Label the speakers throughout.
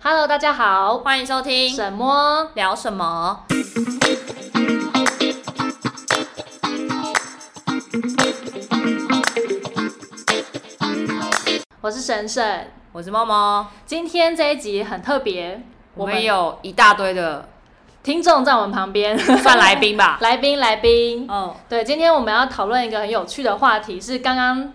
Speaker 1: Hello，大家好，
Speaker 2: 欢迎收听
Speaker 1: 什么？
Speaker 2: 聊什么？
Speaker 1: 我是沈沈。
Speaker 2: 我是猫猫，
Speaker 1: 今天这一集很特别，
Speaker 2: 我们有一大堆 的
Speaker 1: 听众在我们旁边，
Speaker 2: 算来宾吧。
Speaker 1: 来宾来宾。
Speaker 2: 嗯，
Speaker 1: 对，今天我们要讨论一个很有趣的话题，是刚刚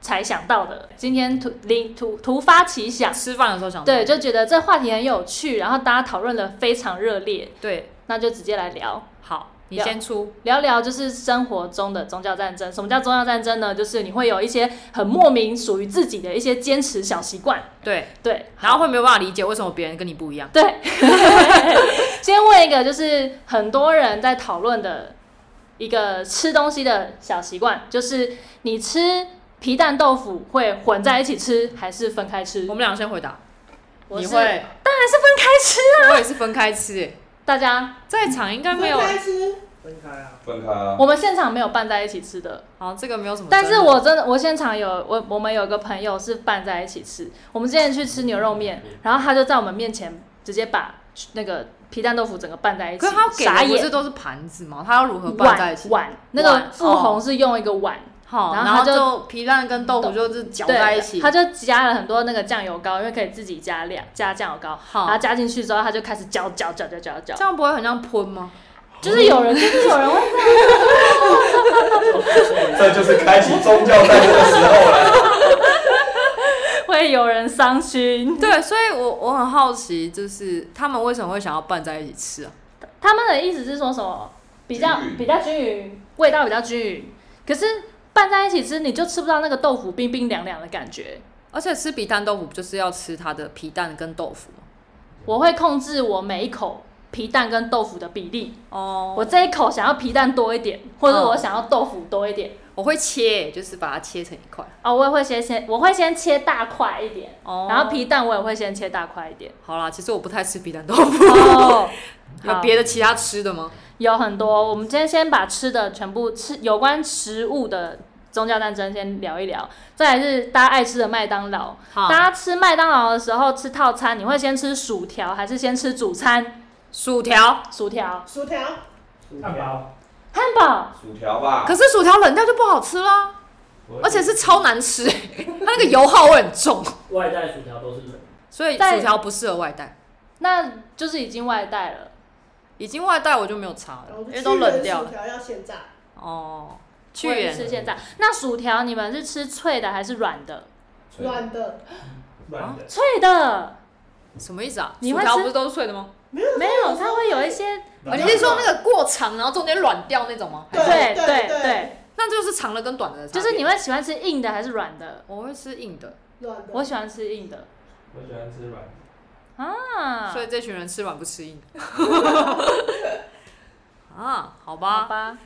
Speaker 1: 才想到的，今天突临突突发奇想，
Speaker 2: 吃饭的时候想
Speaker 1: 对，就觉得这话题很有趣，然后大家讨论的非常热烈，
Speaker 2: 对，
Speaker 1: 那就直接来聊。
Speaker 2: 好，你
Speaker 1: 要
Speaker 2: 先出。
Speaker 1: 聊聊就是生活中的宗教战争。什么叫宗教战争呢？就是你会有一些很莫名属于自己的一些坚持小习惯，
Speaker 2: 对，
Speaker 1: 对，
Speaker 2: 然后会没有办法理解为什么别人跟你不一样。
Speaker 1: 对， 先问一个，就是很多人在讨论的一个吃东西的小习惯，就是你吃皮蛋豆腐会混在一起吃，还是分开吃
Speaker 2: 我？们俩先回答，
Speaker 1: 我
Speaker 2: 你
Speaker 1: 是
Speaker 2: 会？当然是分开吃啊！我也是分开吃，哎
Speaker 1: 大家，
Speaker 2: 在场应该没有。
Speaker 3: 分开啊，
Speaker 4: 分开啊，
Speaker 1: 我们现场没有拌在一起吃的，
Speaker 2: 好，这个没有什么争
Speaker 1: 但
Speaker 2: 论。
Speaker 1: 是我真的，我现场有我我们有个朋友是拌在一起吃，我们之前去吃牛肉
Speaker 4: 嗯
Speaker 1: 面，然后他就在我们面前直接把那个皮蛋豆腐整个拌在一起，
Speaker 2: 可是他
Speaker 1: 傻
Speaker 2: 给的不是
Speaker 1: 眼，
Speaker 2: 都是盘子吗？他要如何拌在一
Speaker 1: 碗
Speaker 2: 起？
Speaker 1: 碗，那个
Speaker 2: 碗
Speaker 1: 傅
Speaker 2: 哦
Speaker 1: 红是用一个碗。
Speaker 2: 好，
Speaker 1: 然后
Speaker 2: 然后
Speaker 1: 他就
Speaker 2: 就皮蛋跟豆腐就是搅
Speaker 1: 对，
Speaker 2: 在一起。
Speaker 1: 他就加了很多那个酱油膏，因为可以自己加料加酱油膏，然后
Speaker 2: 好，
Speaker 1: 加进去之后，他就开始搅搅搅搅搅搅
Speaker 2: 这，样不会很像喷吗？
Speaker 1: 就是有 人就是有人会
Speaker 4: 这就是开启宗教战争的时候了。
Speaker 1: 会有人伤心。
Speaker 2: 对，所以我我很好奇，就是他们为什么会想要拌在一起吃啊？
Speaker 1: 他们的意思是说什么比较
Speaker 4: 均匀
Speaker 1: 比较均匀，味道比较均匀，可是拌在一起吃你就吃不到那个豆腐冰冰凉凉的感觉。
Speaker 2: 而且吃皮蛋豆腐不就是要吃它的皮蛋跟豆腐吗？
Speaker 1: 我会控制我每一口皮蛋跟豆腐的比例，
Speaker 2: 哦
Speaker 1: 我这一口想要皮蛋多一点，或者
Speaker 2: 嗯
Speaker 1: 我想要豆腐多一点。
Speaker 2: 我会切，就是把它切成一块。
Speaker 1: 哦，我也会先先我会先切大块一点。
Speaker 2: 哦
Speaker 1: 然后皮蛋我也会先切大块一点。
Speaker 2: 好啦，其实我不太吃皮蛋豆腐，
Speaker 1: 哦，
Speaker 2: 有别的其他吃的吗？
Speaker 1: 有很多，我们今天先把吃的全部吃有关食物的宗教战争先聊一聊，再来是大家爱吃的麦当劳。
Speaker 2: 好
Speaker 1: 大家吃麦当劳的时候吃套餐，你会先吃薯条还是先吃主餐？
Speaker 2: 薯条，
Speaker 1: 薯条、
Speaker 5: 薯条，
Speaker 3: 汉堡，
Speaker 1: 汉堡，
Speaker 4: 薯条吧
Speaker 2: 可，是薯条冷掉就不好吃啦，而且是超难吃、它那个油耗味很重，
Speaker 3: 外带薯条都是冷，
Speaker 2: 所以
Speaker 1: 在
Speaker 2: 薯条不适合外带。
Speaker 1: 那就是已经外带了。
Speaker 2: 已经外带我就没有差了，
Speaker 5: 我
Speaker 2: 因
Speaker 5: 们
Speaker 2: 为都冷掉
Speaker 5: 薯
Speaker 2: 了。
Speaker 5: 条要现炸，
Speaker 2: 哦，去
Speaker 1: 我也
Speaker 2: 远
Speaker 1: 是现在。那薯条你们是吃脆的还是软的？
Speaker 6: 啊
Speaker 5: 软的
Speaker 3: 软的，
Speaker 1: 脆的
Speaker 2: 什么意思啊？
Speaker 1: 你
Speaker 2: 薯
Speaker 1: 会
Speaker 2: 条
Speaker 1: 吃
Speaker 2: 不是都是脆的吗？
Speaker 1: 没有，它会有一些
Speaker 2: 哦你是说那个过长，然后中间软掉那种吗？
Speaker 5: 对
Speaker 1: 对
Speaker 5: 对
Speaker 1: 对
Speaker 5: 对
Speaker 1: 对，
Speaker 2: 那就是长的跟短的的差
Speaker 1: 就
Speaker 2: 别
Speaker 1: 是你会喜欢吃硬的还是软的？
Speaker 2: 我会吃硬的，
Speaker 5: 软的，
Speaker 1: 我喜欢吃硬的
Speaker 3: 我喜欢吃软的。
Speaker 1: 啊，
Speaker 2: 所以这群人吃软 不吃硬的。啊，好
Speaker 1: 好
Speaker 2: 吧，
Speaker 1: 吧，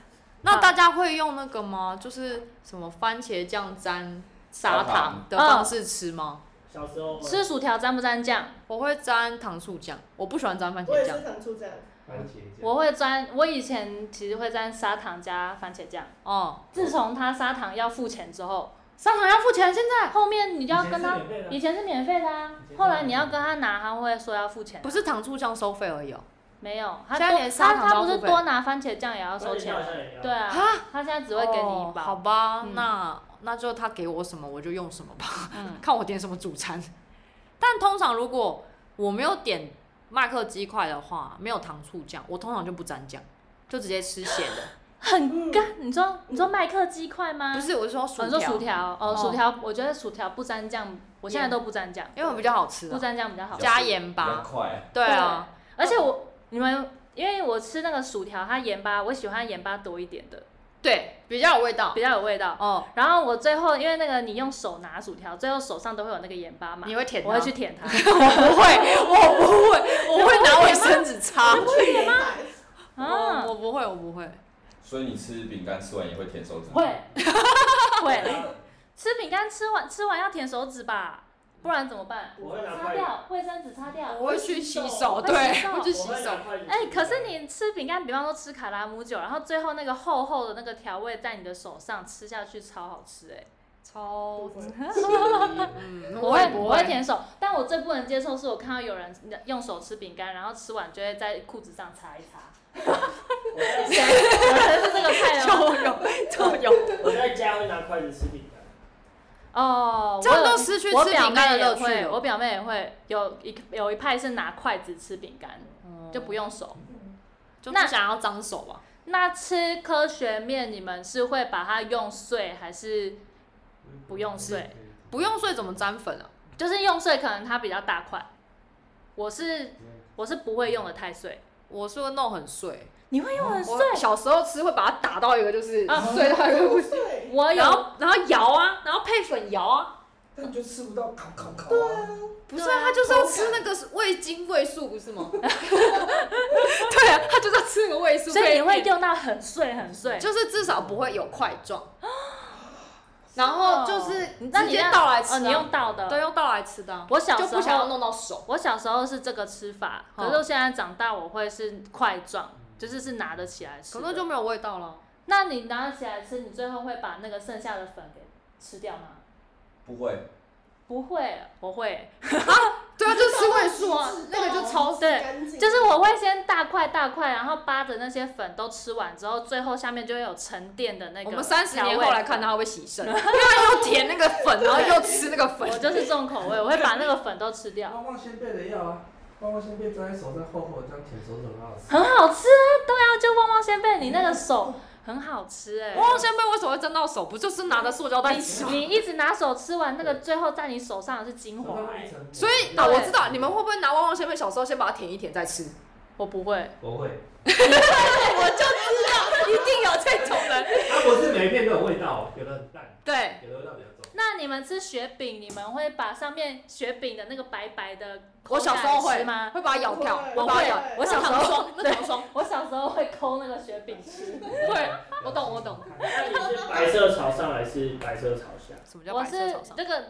Speaker 2: 那大家会用那个吗？就是什么番茄酱沾砂糖的
Speaker 1: 砂糖
Speaker 2: 方式吃吗？
Speaker 3: 小时候
Speaker 1: 吃薯条沾不沾酱？
Speaker 2: 我会沾糖醋酱，我不喜欢沾番
Speaker 5: 我也
Speaker 2: 茄酱
Speaker 5: 是。糖醋酱，
Speaker 3: 番茄酱，
Speaker 1: 我会沾，我以前其实会沾砂糖加番茄酱。
Speaker 2: 哦，
Speaker 1: 自从他砂糖要付钱之后，
Speaker 2: 砂糖要付钱，现在
Speaker 1: 后面你就要跟他，以
Speaker 3: 一
Speaker 1: 前是免费的啊
Speaker 3: 以前，是
Speaker 1: 后来你要跟他拿，他会说要付钱啊。
Speaker 2: 不是糖醋酱收费而已哦。
Speaker 1: 没有，他
Speaker 2: 现在
Speaker 1: 多
Speaker 2: 连砂
Speaker 1: 他
Speaker 2: 糖
Speaker 1: 他
Speaker 2: 都
Speaker 1: 不
Speaker 2: 要
Speaker 1: 是
Speaker 2: 付费
Speaker 1: 多拿番茄酱也要收钱啊，对啊，他现在只会给你一
Speaker 2: 哦好
Speaker 1: 包。
Speaker 2: 吧，
Speaker 1: 嗯
Speaker 2: 那那就他给我什么我就用什么吧，
Speaker 1: 嗯
Speaker 2: 看我点什么主餐。但通常如果我没有点麦克鸡块的话，没有糖醋酱，我通常就不沾酱，就直接吃咸的。
Speaker 1: 很
Speaker 5: 嗯
Speaker 1: 干，你说你说麦克鸡块吗？
Speaker 2: 不是，我是说薯
Speaker 1: 哦，你说薯
Speaker 2: 条，
Speaker 1: 条哦，
Speaker 2: 哦
Speaker 1: 薯条，我觉得薯条不沾酱，我现在都不沾酱，
Speaker 2: 因为比较好吃
Speaker 1: 不
Speaker 2: 啊。
Speaker 1: 沾酱比较好。
Speaker 2: 加盐吧
Speaker 4: 比较快，
Speaker 2: 对啊，
Speaker 1: 而且我你们因为我吃那个薯条，它盐巴我喜欢盐巴多一点的，
Speaker 2: 对，比较有味道。
Speaker 1: 比较有味道。
Speaker 2: 哦，
Speaker 1: 然后我最后因为那个你用手拿薯条，最后手上都会有那个盐巴嘛
Speaker 2: 你，会舔它？
Speaker 1: 我会去舔它
Speaker 2: 我不会，我不会，我会拿卫生纸擦。哦
Speaker 5: 甜吗？
Speaker 1: 啊
Speaker 2: 我，我不会，我不会。
Speaker 4: 所以你吃饼干吃完也会舔手指。
Speaker 1: 会
Speaker 5: 嗯
Speaker 1: 会吃饼干吃完吃完要舔手指吧，不然怎么办？
Speaker 3: 我会拿
Speaker 1: 擦
Speaker 3: 筷子，
Speaker 1: 掉卫生纸擦掉。
Speaker 2: 我会去洗
Speaker 1: 我
Speaker 2: 手，
Speaker 1: 会洗
Speaker 2: 对，
Speaker 1: 手
Speaker 2: 我去洗
Speaker 3: 我会
Speaker 2: 手
Speaker 3: 拿。筷子
Speaker 1: 哎、可是你吃饼干，比方说吃卡拉姆酒，然后最后那个厚厚的那个调味在你的手上吃下去，超好吃哎、
Speaker 2: 超嗯，
Speaker 1: 我
Speaker 2: 我也
Speaker 1: 会
Speaker 2: 不
Speaker 1: 我会舔手，但我最不能接受是我看到有人用手吃饼干，然后吃完就会在裤子上擦一 擦。谁我才是这个菜哦的吗
Speaker 2: 就有就有，
Speaker 5: 我在家会拿筷子吃饼干，
Speaker 1: 哦，
Speaker 2: 这样
Speaker 1: 我有
Speaker 2: 都失去
Speaker 1: 我
Speaker 2: 吃
Speaker 1: 表
Speaker 2: 饼
Speaker 1: 妹
Speaker 2: 干的
Speaker 1: 也
Speaker 2: 乐趣
Speaker 1: 会，我
Speaker 2: 了。
Speaker 1: 表妹也会有一有一派是拿筷子吃饼干，
Speaker 2: 哦
Speaker 1: 就不用手。
Speaker 2: 就
Speaker 1: 那
Speaker 2: 不想要脏手啊？
Speaker 1: 那吃科学面，你们是会把它用碎，还是不用睡，
Speaker 2: 不用睡怎么沾粉啊？
Speaker 1: 就是用碎？可能它比较大块。我是我是不会用的太碎，
Speaker 2: 我是会弄很碎，
Speaker 1: 你会用很
Speaker 2: 我小时候吃会把它打到一个就是
Speaker 1: 啊
Speaker 2: 碎到一个不行，
Speaker 5: 对，
Speaker 1: 我
Speaker 2: 然
Speaker 1: 有
Speaker 2: 后然后摇啊，然后配粉摇啊，
Speaker 4: 但你就吃不到烤烤烤啊！
Speaker 2: 不是啊，他就是要吃那个味精味素不是 吗？对啊，他就是要吃那个味素，
Speaker 1: 所以你
Speaker 2: 配
Speaker 1: 会
Speaker 2: 面
Speaker 1: 用到很碎很碎，
Speaker 2: 就是至少不会有块状， 然后就是哦
Speaker 1: 那
Speaker 2: 直
Speaker 1: 你
Speaker 2: 接
Speaker 1: 那
Speaker 2: 倒来吃啊、
Speaker 1: 哦，你用倒的。
Speaker 2: 都用倒来吃的啊、
Speaker 1: 我小
Speaker 2: 就
Speaker 1: 时
Speaker 2: 不想要
Speaker 1: 候，
Speaker 2: 弄到手。
Speaker 1: 我小时候是这个吃法，
Speaker 2: 哦
Speaker 1: 可是我现在长大，我会是块状，就是是拿得起来吃
Speaker 2: 可
Speaker 1: 的。
Speaker 2: 能就没有味道了。
Speaker 1: 那你拿得起来吃，你最后会把那个剩下的粉给吃掉吗？
Speaker 4: 不会，
Speaker 1: 不会，我会，
Speaker 2: 对啊，就吃味素啊，那个就超
Speaker 1: 对
Speaker 5: 干净
Speaker 1: 就是我会先大块大块，然后扒着那些粉都吃完之后，最后下面就会有沉淀的那个。
Speaker 2: 我们三十年后来看，它，会不会 洗肾，因为它又舔那个粉，然后又吃那个粉
Speaker 1: 我。就是重口味，我会把那个粉都吃掉，
Speaker 3: 旺旺仙贝的药啊，旺旺仙贝粘在手上厚厚的，这样舔手指很好吃。
Speaker 1: 很好吃啊！对啊，就旺旺仙贝，你那个手很好吃哎、
Speaker 2: 汪汪仙贝为什么会蒸到手？不就是拿着塑胶袋吃吗？
Speaker 1: 你一直拿手吃完那个，最后在你手上的是精华、欸。
Speaker 2: 所以啊，我知道你们会不会拿汪汪仙贝小时候先把它舔一舔 再吃？
Speaker 1: 我不会，
Speaker 3: 我会，
Speaker 2: 我就知道一定有这种人。
Speaker 3: 啊，我是每一片都有味道，有的很淡，
Speaker 2: 对，
Speaker 3: 有的味道比较重。
Speaker 1: 那你们吃雪饼，你们会把上面雪饼的那个白白的
Speaker 2: 我小时候
Speaker 1: 口感吃
Speaker 2: 会
Speaker 1: 吗？
Speaker 2: 会把它咬掉，
Speaker 5: 我
Speaker 2: 把它
Speaker 1: 会
Speaker 2: 咬。
Speaker 5: 我
Speaker 2: 小时候
Speaker 1: 那
Speaker 2: 那
Speaker 1: 糖
Speaker 2: 糖霜，
Speaker 1: 我小时候会抠那个雪饼吃，
Speaker 2: 对，我懂我懂。
Speaker 5: 那你是白色朝上还是白色朝下？
Speaker 2: 什么
Speaker 1: 我是那个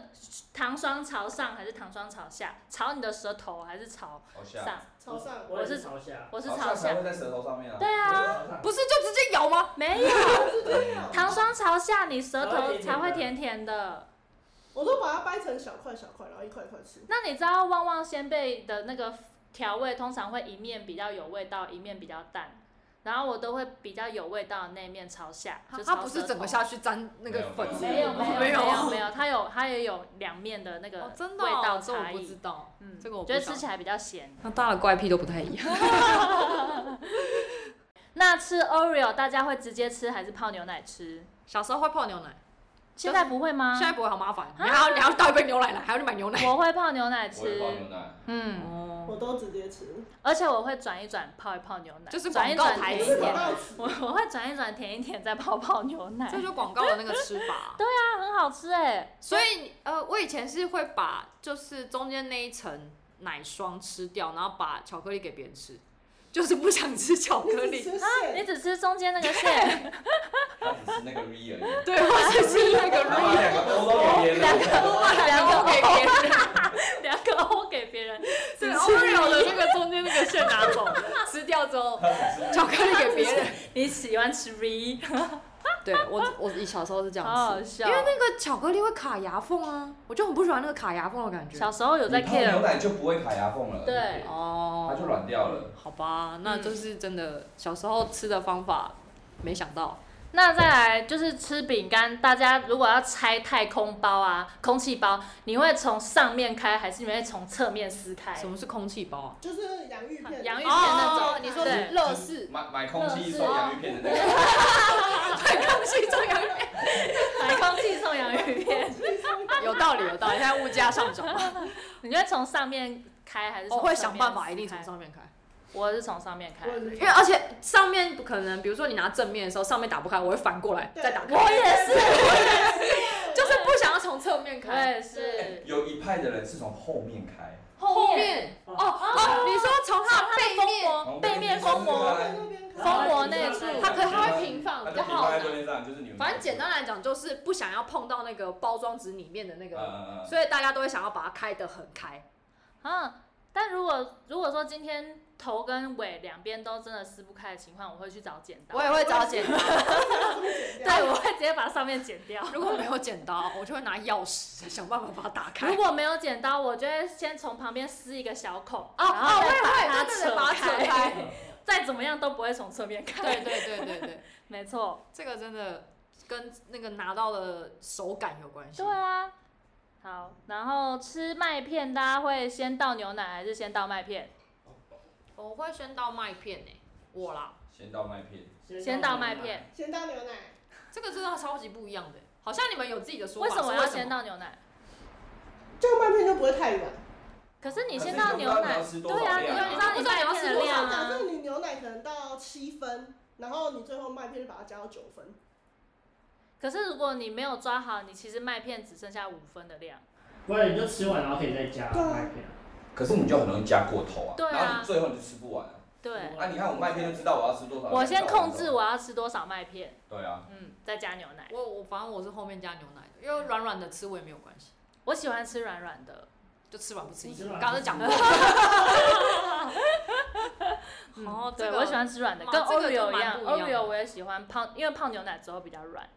Speaker 1: 糖霜朝上还是糖霜朝下？朝你的舌头还是朝
Speaker 4: 好像
Speaker 1: 上？
Speaker 5: 朝上，
Speaker 1: 我
Speaker 5: 我
Speaker 1: 是
Speaker 5: 是朝下。
Speaker 1: 我是
Speaker 4: 好
Speaker 1: 朝
Speaker 4: 才
Speaker 1: 下。
Speaker 4: 会在舌头上面啊。
Speaker 1: 对啊，
Speaker 2: 不是就直接咬吗？
Speaker 1: 没有
Speaker 4: 哎
Speaker 1: 糖霜朝下，你舌头才
Speaker 5: 才
Speaker 1: 会
Speaker 5: 会
Speaker 1: 甜甜的。
Speaker 6: 我都把它掰成小块小块，然后一块一块吃。
Speaker 1: 那你知道旺旺仙贝的那个调味通常会一面比较有味道，一面比较淡，然后我都会比较有味道的那一面朝下，就
Speaker 2: 它
Speaker 1: 朝
Speaker 2: 不
Speaker 1: 舌
Speaker 2: 是整
Speaker 1: 头
Speaker 2: 个下去沾那个粉，
Speaker 1: 没有没有
Speaker 2: 没
Speaker 1: 没
Speaker 2: 有
Speaker 1: 有没有，它有它也有两面的那个
Speaker 2: 哦，真的哦
Speaker 1: 味道
Speaker 2: 这我
Speaker 1: 差
Speaker 2: 不知
Speaker 1: 异，
Speaker 2: 道，
Speaker 1: 嗯
Speaker 2: 这个我不
Speaker 1: 觉得
Speaker 2: 晓
Speaker 1: 吃
Speaker 2: 得
Speaker 1: 起来比较咸。
Speaker 2: 那大的怪癖都不太一样。
Speaker 1: 那吃 Oreo 大家会直接吃还是泡牛奶吃？
Speaker 2: 小时候会泡牛奶，
Speaker 1: 现在不会吗？
Speaker 2: 现在不会，好麻烦，你还要你还要倒一杯牛奶来，还要去买牛奶。
Speaker 1: 我会泡牛奶
Speaker 4: 我会
Speaker 1: 吃
Speaker 4: 泡，牛奶，
Speaker 1: 嗯，
Speaker 2: 哦，
Speaker 6: 我都直接吃，
Speaker 1: 而且我会转一转泡一泡牛奶，
Speaker 2: 就是
Speaker 1: 转一
Speaker 2: 广告
Speaker 1: 转
Speaker 2: 台
Speaker 1: 甜
Speaker 2: 词
Speaker 1: 一
Speaker 6: 我
Speaker 1: 点
Speaker 2: 啊。
Speaker 6: 到吃
Speaker 1: 我我会转一转舔一舔再泡泡牛奶，
Speaker 2: 这就广告的那个吃法。 对，
Speaker 1: 它很好吃哎。
Speaker 2: 所以呃，我以前是会把就是中间那一层奶霜吃掉，然后把巧克力给别人吃，就是不想吃巧克
Speaker 6: 你
Speaker 2: 力。
Speaker 6: 吃
Speaker 1: 啊你
Speaker 6: 馅，
Speaker 1: 只吃中间那个馅，
Speaker 4: 它只是那个 V 而已。
Speaker 2: 对，我是吃那个
Speaker 4: 它把 两个欧都给别人
Speaker 1: 两个
Speaker 4: 了，
Speaker 1: 两
Speaker 2: 然后
Speaker 1: 个
Speaker 2: 给别人。
Speaker 1: 两个 O 给别人，
Speaker 2: 对，欧有的那个中间那个馅拿 走，吃掉之后，巧克力给别人。
Speaker 1: 你喜欢吃 V，
Speaker 2: 对我，我以小时候是这
Speaker 1: 好好
Speaker 2: 样吃，
Speaker 1: 笑哦
Speaker 2: 因。为那个巧克力会卡牙缝啊，我就很不喜欢那个卡牙缝的感觉。
Speaker 1: 小时候有在
Speaker 4: 你泡牛
Speaker 1: care，
Speaker 4: 奶就不会卡牙缝了。
Speaker 1: 对
Speaker 4: 它
Speaker 2: 哦，
Speaker 4: 就软掉了。
Speaker 2: 好吧，那就是真的小时候吃的方法，没想到。
Speaker 1: 那再来就是吃饼干，大家如果要拆太空包啊、空气包，你会从上面开，还是你会从侧面撕开？
Speaker 2: 什么是空气包啊？
Speaker 6: 就是洋芋片，
Speaker 1: 洋芋片那种
Speaker 2: 哦，你说
Speaker 1: 对
Speaker 2: 乐事，
Speaker 4: 买买空气送洋芋片的那个，
Speaker 2: 哎空气中洋芋片，
Speaker 1: 买空气送洋芋片，
Speaker 2: 有道理有道理。现在物价上涨，
Speaker 1: 你会从上面开还是？
Speaker 2: 我会想办法一定从
Speaker 1: 从上面
Speaker 2: 上面开，
Speaker 1: 撕开。我是从上面开，
Speaker 2: 因为而且上面不可能，比如说你拿正面的时候，上面打不开，我会反过来
Speaker 6: 对
Speaker 2: 再打开。
Speaker 1: 我也是，
Speaker 2: 就是哎不想要从侧面
Speaker 1: 我
Speaker 2: 开。
Speaker 1: 也是。
Speaker 4: 有一派的人是从后面开，
Speaker 1: 后
Speaker 2: 面
Speaker 5: 哦
Speaker 2: 哦哦，你说从它的背面，
Speaker 1: 膜，背面封膜，
Speaker 6: 在那边看
Speaker 1: 封膜内处，
Speaker 2: 它可
Speaker 4: 以
Speaker 2: 能它会平放
Speaker 1: 哦
Speaker 4: 它
Speaker 2: 比
Speaker 4: 就
Speaker 2: 较
Speaker 4: 平
Speaker 2: 好
Speaker 4: 放在
Speaker 2: 拿
Speaker 4: 桌。面上，就是你们。
Speaker 2: 反正简单来讲，就是不想要碰到那个包装纸里面的那
Speaker 4: 嗯，
Speaker 2: 个，
Speaker 4: 嗯嗯
Speaker 2: 所以大家都会想要把它开得很开。
Speaker 1: 嗯，但如果如果说说今天头跟尾两边都真的撕不开的情况，我会去找剪刀。
Speaker 2: 我也会找剪刀，
Speaker 1: 对，我会直接把上面剪掉。
Speaker 2: 如果没有剪刀，我就会拿钥匙想办法把它打 开。
Speaker 1: 如果没有剪刀，我就会先从旁边撕一个小孔，
Speaker 2: 哦
Speaker 1: 然后
Speaker 2: 哦，我
Speaker 1: 再
Speaker 2: 也
Speaker 1: 把它
Speaker 2: 会，对对
Speaker 1: 扯
Speaker 2: 对，把它扯
Speaker 1: 开。
Speaker 2: 开。
Speaker 1: 再怎么样都不会从侧面看。
Speaker 2: 对，对对对对，
Speaker 1: 没错。
Speaker 2: 这个真的跟那个拿到的手感有关系。
Speaker 1: 对啊。好，然后吃麦片，大家会先倒牛奶还是先倒麦片？
Speaker 2: 我会先倒麦片诶、我啦，
Speaker 4: 先到麦片，
Speaker 1: 先倒麦片。
Speaker 6: 先当牛奶，
Speaker 2: 这个真的超级不一样的欸、好像你们有自己的说法。
Speaker 1: 为什么
Speaker 2: 是
Speaker 1: 要先？倒牛奶？
Speaker 6: 这个麦片就不会太软。
Speaker 1: 可是你先
Speaker 4: 可是
Speaker 1: 倒
Speaker 4: 你
Speaker 1: 牛
Speaker 4: 就不知道
Speaker 1: 奶，
Speaker 4: 你要吃多
Speaker 1: 对啊，
Speaker 4: 少
Speaker 1: 你
Speaker 4: 量
Speaker 1: 就
Speaker 4: 啊
Speaker 1: 不知道你麦片的量
Speaker 6: 假
Speaker 1: 啊
Speaker 6: 设。你牛奶可能到七分，然后你最后麦片就把它加到九分，
Speaker 1: 可是如果你没有抓好，你其实麦片只剩下五分的量。
Speaker 5: 不然你就吃完然后可以再加
Speaker 6: 对啊
Speaker 5: 麦片啊。
Speaker 4: 可是你就很容易加过头啊，
Speaker 1: 对啊
Speaker 4: 然后你最后你就吃不完啊。
Speaker 1: 对，
Speaker 4: 啊，你看我麦片就知道我要吃多少，
Speaker 1: 我先控制
Speaker 4: 我。
Speaker 1: 我要吃多少麦片，
Speaker 4: 对啊，
Speaker 1: 嗯，再加牛奶。
Speaker 2: 我我反正我是后面加牛奶的，因为软软的吃我也没有关系，
Speaker 1: 我喜欢吃软软的，
Speaker 2: 就吃完不吃
Speaker 5: 你
Speaker 2: 硬
Speaker 5: 吃
Speaker 2: 的。
Speaker 5: 软的
Speaker 2: 刚刚就讲过。
Speaker 1: 嗯
Speaker 2: 哦，这
Speaker 1: 对，
Speaker 2: 个
Speaker 1: 我喜欢吃软的，
Speaker 2: 哇
Speaker 1: 跟
Speaker 2: 这个
Speaker 1: Oreo
Speaker 2: 就
Speaker 1: 一
Speaker 2: 蛮
Speaker 1: 样
Speaker 2: 不一样的
Speaker 1: ，Oreo 我也喜欢泡，因为泡牛奶之后比较软。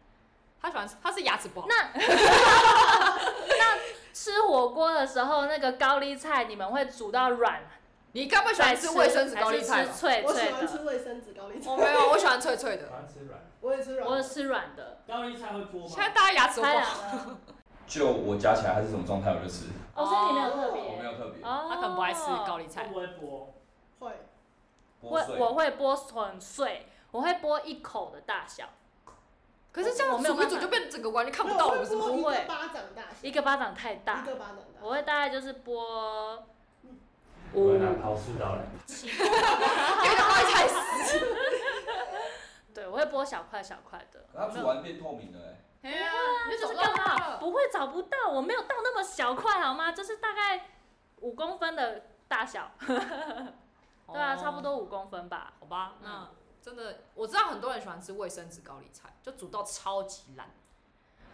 Speaker 2: 他喜欢吃，他是牙齿不好。
Speaker 1: 那那吃火锅的时候，那个高丽菜你们会煮到软
Speaker 2: 你该不会喜
Speaker 1: 再
Speaker 2: 欢吃卫生纸高丽菜
Speaker 1: 还是
Speaker 2: 吧
Speaker 1: 吃？脆
Speaker 6: 我
Speaker 1: 脆
Speaker 6: 喜欢吃
Speaker 1: 的？
Speaker 6: 卫生纸高丽
Speaker 2: 我
Speaker 6: 菜，
Speaker 2: 没有，我喜欢脆脆的。
Speaker 5: 反正吃软。
Speaker 6: 我也吃软
Speaker 1: 我
Speaker 6: 的。
Speaker 1: 是吃软的，
Speaker 5: 高丽菜会剥
Speaker 2: 现在
Speaker 5: 吗？
Speaker 2: 大家牙齿不
Speaker 1: 太
Speaker 2: 好，
Speaker 1: 软了。
Speaker 4: 就我加起来它是什么状态我就吃，
Speaker 1: 哦，所以你没有特
Speaker 4: 我没
Speaker 1: 别。
Speaker 4: 有特别
Speaker 1: 哦，
Speaker 2: 他可能不爱吃高
Speaker 1: 丽。
Speaker 2: 丽
Speaker 5: 会
Speaker 2: 菜
Speaker 5: 不。会剥？
Speaker 6: 会，
Speaker 4: 剥
Speaker 1: 我
Speaker 4: 碎。
Speaker 1: 我会剥很碎，我会剥一口的大小，
Speaker 2: 可是这样
Speaker 1: 我没有
Speaker 2: 煮一
Speaker 1: 办法
Speaker 2: 煮就变整个完全看不
Speaker 6: 没有
Speaker 2: 到
Speaker 6: 我
Speaker 2: 我们是吗？
Speaker 6: 会剥一
Speaker 1: 会
Speaker 6: 个巴掌大小，
Speaker 1: 一个巴掌太
Speaker 6: 一
Speaker 1: 大，
Speaker 6: 个巴掌大小。
Speaker 1: 我会大概就是剥
Speaker 5: 我
Speaker 1: 五
Speaker 2: 啊
Speaker 5: 拿刨树刀来。
Speaker 2: 有点哦高丽菜丝。
Speaker 1: 对，我会剥小块小块的。
Speaker 4: 可它煮完变透明了欸
Speaker 2: 哎呀，
Speaker 1: 那
Speaker 2: 你
Speaker 1: 就
Speaker 2: 就是是
Speaker 1: 刚
Speaker 2: 刚
Speaker 1: 好
Speaker 2: 好。
Speaker 1: 不会找不到，我没有到那么小块好吗？就是大概五公分的大小，对
Speaker 2: 哦
Speaker 1: 啊，差不。多五公分吧。
Speaker 2: 好吧，那真的我知道很多人喜欢吃卫生纸高丽菜，就煮到超级烂。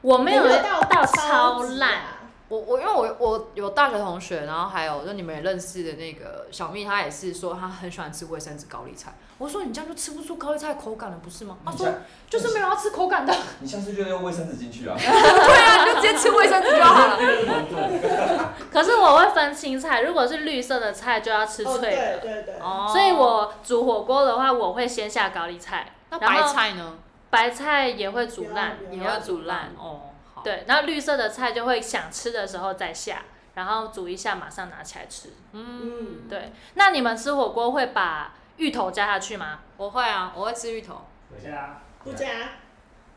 Speaker 1: 我没有
Speaker 6: 你会到啊
Speaker 1: 到超
Speaker 6: 超
Speaker 1: 烂，
Speaker 6: 级
Speaker 2: 我我因为我我有大学同学，然后还有就你们也认识的那个小蜜，她也是说她很喜欢吃卫生纸高丽菜。我说你这样就吃不出高丽菜口感了，不是吗？
Speaker 1: 哦
Speaker 2: 她
Speaker 4: 哎，你
Speaker 2: 说
Speaker 4: 下
Speaker 2: 就是没有要吃口感的，
Speaker 4: 你下次就用卫生纸进去啊，
Speaker 2: 对啊，你就直接吃卫生纸就好了。
Speaker 5: 那个是矛盾。
Speaker 1: 可是我会分青菜，如果是绿色的菜就要吃
Speaker 6: 哦，
Speaker 1: 脆
Speaker 6: 对
Speaker 1: 的，
Speaker 6: 对对，
Speaker 2: 哦
Speaker 1: 所以我煮火锅的话，我会先下高丽菜，
Speaker 2: 那
Speaker 1: 然
Speaker 2: 白
Speaker 1: 后
Speaker 2: 菜呢？
Speaker 1: 白菜也会煮烂，
Speaker 6: 也
Speaker 1: 也
Speaker 6: 要
Speaker 1: 会煮烂，
Speaker 2: 哦，好。
Speaker 1: 对，然后绿色的菜就会想吃的时候再下，然后煮一下马上拿起来吃。
Speaker 2: 嗯，
Speaker 1: 对，那你们吃火锅会把芋头加下去吗？
Speaker 2: 我会啊，我会吃芋头。
Speaker 5: 我现在啊
Speaker 6: 不加，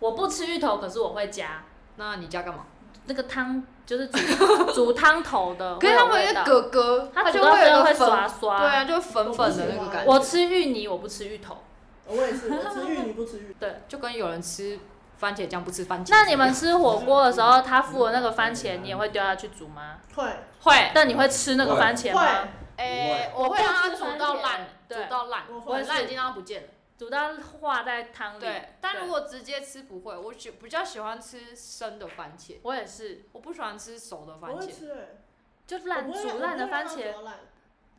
Speaker 1: 我不吃芋头，可是我会加
Speaker 2: 那你家干嘛？
Speaker 1: 那个汤，就是 煮煮汤头的
Speaker 2: 可
Speaker 1: 会
Speaker 2: 是
Speaker 1: 有
Speaker 2: 他们
Speaker 1: 味
Speaker 2: 有
Speaker 1: 道，
Speaker 2: 哥哥，
Speaker 1: 它
Speaker 2: 就
Speaker 1: 煮到
Speaker 2: 会
Speaker 1: 最
Speaker 2: 有
Speaker 1: 后
Speaker 2: 一
Speaker 1: 会
Speaker 2: 个粉，
Speaker 1: 刷刷。
Speaker 2: 对啊，就粉粉的那个感觉。
Speaker 1: 我吃芋泥，我不吃芋头。
Speaker 6: 我也是， 我吃芋泥不吃芋。
Speaker 2: 就跟有人吃番茄酱不吃番茄。
Speaker 1: 那你们吃火锅的时候，他附的那个番茄，你也会丢下去煮吗？
Speaker 6: 会
Speaker 2: 会？
Speaker 1: 但你会吃那个番茄吗
Speaker 6: 会？
Speaker 2: 诶，
Speaker 1: 我
Speaker 2: 我
Speaker 1: 会
Speaker 2: 会
Speaker 1: 让
Speaker 2: 让
Speaker 1: 它
Speaker 2: 它
Speaker 1: 煮
Speaker 2: 煮
Speaker 1: 到
Speaker 2: 到
Speaker 1: 烂
Speaker 2: 烂，
Speaker 1: 煮
Speaker 2: 煮
Speaker 1: 到
Speaker 2: 到烂，
Speaker 6: 我会
Speaker 2: 很烂已经让它不见了。
Speaker 1: 煮到化在汤里。
Speaker 2: 对，但如果直接吃不会，我喜比较喜欢吃生的番茄，
Speaker 1: 我也是，
Speaker 2: 我不喜欢吃熟的番
Speaker 6: 我会
Speaker 2: 茄。
Speaker 6: 吃，哎
Speaker 1: 就烂
Speaker 6: 我不会
Speaker 1: 煮烂的番，
Speaker 6: 我不会
Speaker 1: 茄
Speaker 6: 让它煮到烂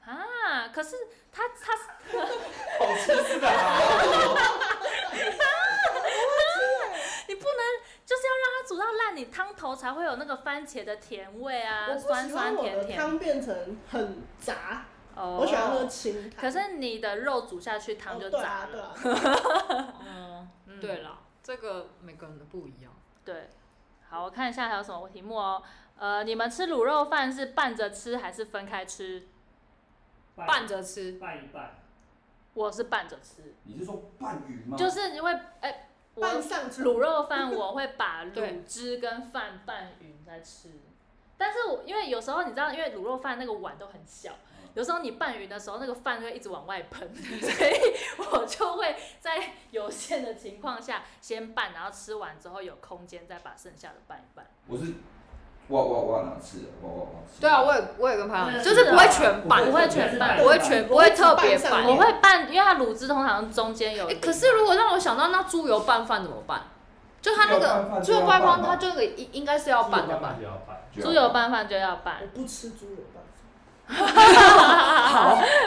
Speaker 1: 啊！可是它它
Speaker 4: 好吃是的啊。
Speaker 1: 你不能就是要让它煮到烂，你汤头才会有那个番茄的甜味啊，
Speaker 6: 我
Speaker 1: 酸
Speaker 6: 不喜欢
Speaker 1: 酸
Speaker 6: 我
Speaker 1: 甜
Speaker 6: 的
Speaker 1: 甜。
Speaker 6: 汤变成很杂，
Speaker 1: 哦
Speaker 6: 我喜欢喝清汤。
Speaker 1: 可是你的肉煮下去，汤就
Speaker 6: 哦对
Speaker 1: 炸
Speaker 6: 啊对
Speaker 1: 了。
Speaker 6: 啊，
Speaker 2: 嗯，
Speaker 1: 嗯
Speaker 2: 对啦，这个每个人的不一样。
Speaker 1: 对。好，我看一下还有什么题目哦。呃，你们吃卤肉饭是拌着吃还是分开吃？
Speaker 2: 拌着吃，
Speaker 5: 拌一拌，
Speaker 1: 我是拌着吃，
Speaker 4: 你是说拌鱼吗？
Speaker 1: 就是你会哎、我
Speaker 6: 拌上
Speaker 1: 卤肉饭我会把
Speaker 2: 对
Speaker 1: 卤汁跟饭拌匀再吃，但是我因为有时候你知道，因为卤肉饭那个碗都很小，有时候你拌匀的时候，那个饭会一直往外喷， 所以我就会在有限的情况下先拌，然后吃完之后有空间再把剩下的拌一拌。
Speaker 4: 我是我我我要哪吃？我我我要吃。
Speaker 2: 对啊，我也我也跟朋友，
Speaker 5: 嗯
Speaker 2: 就是啊不会全
Speaker 1: 不
Speaker 2: 拌，
Speaker 1: 会全拌
Speaker 2: 不会全不会特别拌
Speaker 6: 哎。
Speaker 1: 我会拌，因为它卤汁通常中间有一
Speaker 2: 哎、
Speaker 1: 点、
Speaker 2: 可是如果让我想到那猪油拌饭怎么办？就它那个
Speaker 4: 猪
Speaker 2: 猪
Speaker 4: 油
Speaker 2: 油
Speaker 4: 拌饭就要
Speaker 2: 拌饭，
Speaker 4: 拌吧
Speaker 2: 它就有应应该是要拌的吧？
Speaker 5: 就要拌。
Speaker 1: 猪油拌饭就要拌
Speaker 2: 啊
Speaker 6: 我，不吃猪油拌饭，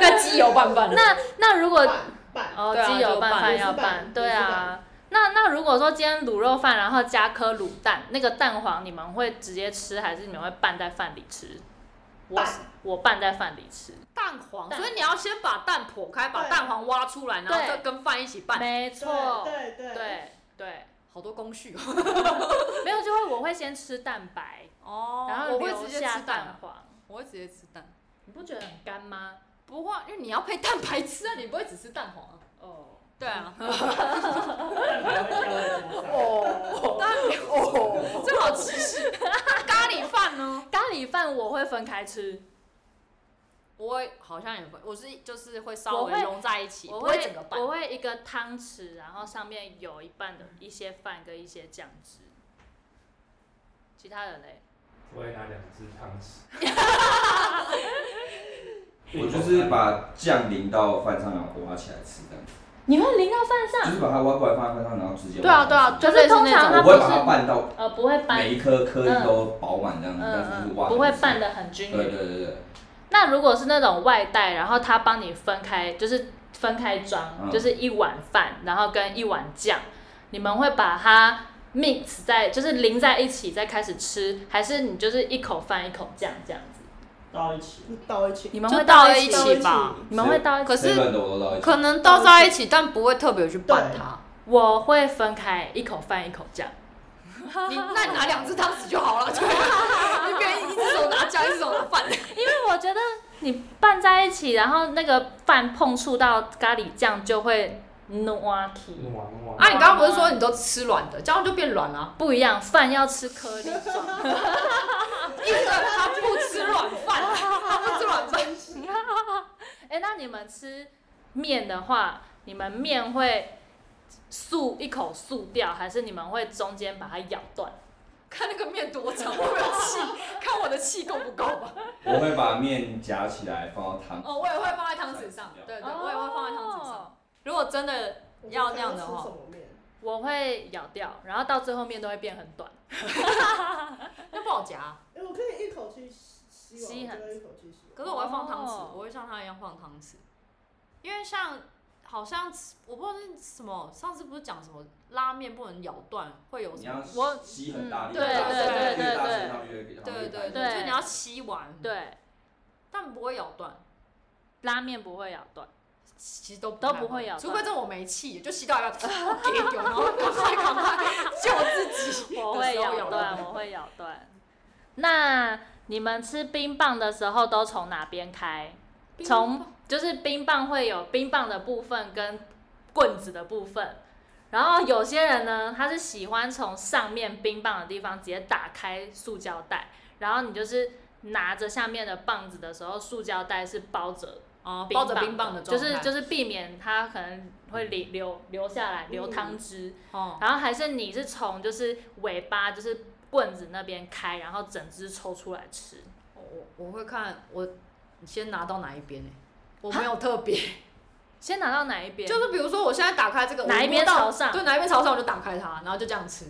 Speaker 2: 该拌饭了。
Speaker 1: 那那如果
Speaker 6: 拌拌
Speaker 1: 哦，
Speaker 2: 对啊
Speaker 1: 鸡
Speaker 2: 就
Speaker 1: 油拌
Speaker 2: 拌
Speaker 1: 饭
Speaker 6: 也是
Speaker 1: 要
Speaker 6: 拌
Speaker 1: 拌，
Speaker 6: 也
Speaker 1: 对
Speaker 6: 是
Speaker 1: 啊
Speaker 6: 拌。
Speaker 1: 那那如果说今天卤肉饭，然后加颗卤蛋，那个蛋黄你们会直接吃，还是你们会拌在饭里吃？我
Speaker 6: 拌
Speaker 1: 我拌在饭里吃，
Speaker 2: 蛋黄，
Speaker 1: 蛋
Speaker 2: 所以你要先把蛋剖开，把
Speaker 6: 对
Speaker 2: 蛋黄挖出来，然后
Speaker 1: 对
Speaker 2: 再跟饭一起拌。
Speaker 1: 没错，
Speaker 6: 对对
Speaker 1: 对对，
Speaker 2: 好多工 序哦。
Speaker 1: 没有就会我会先吃蛋白，
Speaker 2: 哦
Speaker 1: 然后
Speaker 2: 我会
Speaker 1: 留
Speaker 2: 直接
Speaker 1: 下
Speaker 2: 吃蛋
Speaker 1: 蛋
Speaker 2: 啊，
Speaker 1: 黄。
Speaker 2: 我会直接吃蛋。
Speaker 1: 你不觉得很干吗？
Speaker 2: 不过因为你要配蛋白吃啊，你不会只吃蛋黄啊。
Speaker 1: 哦，
Speaker 2: 对啊，
Speaker 5: 蛋白会掉在桌上。
Speaker 2: 哦，蛋哦， 这好歧视。咖喱饭呢？
Speaker 1: 咖喱饭我会分开吃，
Speaker 2: 我会好像也会，我是就是会稍
Speaker 1: 我
Speaker 2: 微
Speaker 1: 会
Speaker 2: 融在一起，
Speaker 1: 我
Speaker 2: 不会整个拌
Speaker 1: 我。会一个汤匙，然后上面有一半的一些饭跟一些酱汁。其他人嘞？
Speaker 5: 我会拿两只汤匙。
Speaker 4: 我就是把酱淋到饭上，然后挖起来吃，这样子，
Speaker 1: 你会淋到饭上？
Speaker 4: 就是把它挖过来放在饭上，然后直接挖
Speaker 2: 对啊
Speaker 4: 起来
Speaker 2: 对啊
Speaker 4: 吃
Speaker 1: 可
Speaker 2: 就是
Speaker 1: 是通常
Speaker 4: 我
Speaker 1: 它
Speaker 4: 不
Speaker 1: 不
Speaker 4: 会
Speaker 1: 是
Speaker 4: 把它拌到
Speaker 1: 呃不会拌，
Speaker 4: 每一颗颗粒都饱满这样
Speaker 1: 嗯
Speaker 4: 子，但
Speaker 1: 嗯
Speaker 4: 是就是挖
Speaker 1: 不会
Speaker 4: 进去
Speaker 1: 拌的很均
Speaker 4: 对
Speaker 1: 匀。
Speaker 4: 对对对，
Speaker 1: 那如果是那种外带，然后他帮你分开，就是分开装，
Speaker 4: 嗯
Speaker 1: 就是一碗饭，然后跟一碗酱，你们会把它 mix 在，就是淋在一起再开始吃，还是你就是一口饭一口酱这样子？
Speaker 5: 到一起。
Speaker 6: 你嗯倒一起，
Speaker 1: 你们
Speaker 2: 就
Speaker 1: 会
Speaker 2: 倒
Speaker 1: 一
Speaker 2: 一起吧。
Speaker 1: 你们会倒一起？
Speaker 2: 可是
Speaker 4: 谁乱的我都到一起。
Speaker 2: 可能倒在一起，但不会特别去拌它。
Speaker 1: 我会分开一口饭一口酱。
Speaker 2: 你那你拿两只汤匙就 好了，对啊，你可以一只手拿酱，一只手拿饭。
Speaker 1: 因为我觉得你拌在一起，然后那个饭碰触到咖喱酱就会 no
Speaker 5: 哇哇
Speaker 2: 啊，你刚刚不是说你都吃软的，这样就变软了、
Speaker 1: 不一样，饭要吃颗粒状。
Speaker 2: 一个他不吃软 饭，他不吃软饭。
Speaker 1: 哎、那你们吃面的话，你们面会素一口素掉，还是你们会中间把它咬断？
Speaker 2: 看那个面多长，我有气，看我的气够不够吧。
Speaker 4: 我会把面夹起来放到汤。
Speaker 2: 哦，我也会放在汤匙上，对对，我也会放在汤匙上。
Speaker 1: 哦。
Speaker 2: 如果真的要那样的
Speaker 6: 我
Speaker 2: 话
Speaker 6: 不知道吃什么面？
Speaker 1: 我会咬掉，然后到最后面都会变很短。
Speaker 2: 那不好夹，啊
Speaker 6: 哎，我可以一口气吸
Speaker 1: 吸
Speaker 6: 完，
Speaker 1: 很
Speaker 6: 我就会一口气吸完。
Speaker 2: 可是我会放汤匙，
Speaker 1: 哦
Speaker 2: 我会像他一样放汤匙，因为像好像我不知道是什么，上次不是讲什么拉面不能咬断会有
Speaker 4: 你
Speaker 2: 什
Speaker 4: 要
Speaker 2: 么？
Speaker 1: 我
Speaker 4: 吸很大
Speaker 1: 嗯
Speaker 4: 力，
Speaker 1: 对
Speaker 2: 对
Speaker 1: 对
Speaker 4: 越大
Speaker 1: 对
Speaker 4: 声他们越给他们
Speaker 2: 对
Speaker 4: 越
Speaker 2: 对
Speaker 4: 开
Speaker 2: 对，
Speaker 4: 心。
Speaker 2: 就是你要吸完，，
Speaker 1: 对，
Speaker 2: 但不会咬断。
Speaker 1: 拉面不会咬断。
Speaker 2: 其实都
Speaker 1: 都
Speaker 2: 太
Speaker 1: 不会咬
Speaker 2: 除
Speaker 1: 断
Speaker 2: 非这种没气，就吸到一 半给丢，然后赶快赶快救自己。
Speaker 1: 我会咬断，我会咬断。那你们吃冰棒的时候都从哪边开？从就是冰棒会有冰棒的部分跟棍子的部分，然后有些人呢，他是喜欢从上面冰棒的地方直接打开塑胶袋，然后你就是拿着下面的棒子的时候，塑胶袋是包着
Speaker 2: 啊，
Speaker 1: 冰
Speaker 2: 抱
Speaker 1: 棒
Speaker 2: 着冰棒的
Speaker 1: 就
Speaker 2: 状态，
Speaker 1: 是就是避免它可能会流流流下来流汤汁。
Speaker 2: 哦，
Speaker 1: 然后还是你是从就是尾巴就是棍子那边开，然后整只抽出来吃。
Speaker 2: 我我会看我先拿到哪一边呢？欸我没有特别，
Speaker 1: 先拿到哪一边？
Speaker 2: 就是比如说我现在打开这个，
Speaker 1: 哪一
Speaker 2: 我摸
Speaker 1: 边
Speaker 2: 到
Speaker 1: 朝上
Speaker 2: 对，哪一边朝上我就打开它，然后就这样吃，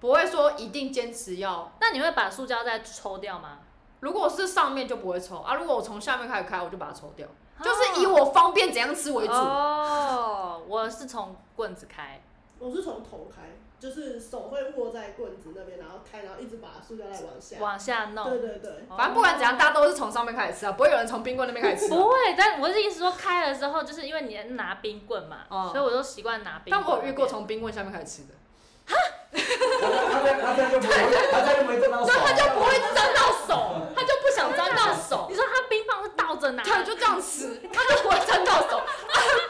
Speaker 2: 不会说一定坚持要。
Speaker 1: 那你会把塑胶袋抽掉吗？
Speaker 2: 如果是上面就不会抽啊，如果我从下面开始开，我就把它抽掉，就是以我方便怎样吃为主。
Speaker 1: 啊哦，我是从棍子开，
Speaker 6: 我是从头开，就是手会握在棍子那边，然后开，然后一直把塑胶袋往下。
Speaker 1: 往下
Speaker 6: 对
Speaker 1: 弄。哦
Speaker 6: 对对，
Speaker 2: 反正不管怎样，大家都是从上面开始吃啊，不会有人从冰棍那边开始吃啊、
Speaker 1: 不会，但我是意思说开的时候，就是因为你拿冰棍嘛，
Speaker 2: 哦
Speaker 1: 所以我都习惯拿冰
Speaker 2: 但
Speaker 1: 棍。
Speaker 2: 我有遇过从冰棍下面开始吃的，
Speaker 3: 他在他在就不会，他在就没做到手。
Speaker 2: 他就不会沾到手，他就不想沾到手，
Speaker 1: 你说他冰棒是倒着拿，
Speaker 2: 他就这样吃，他就不会沾到手，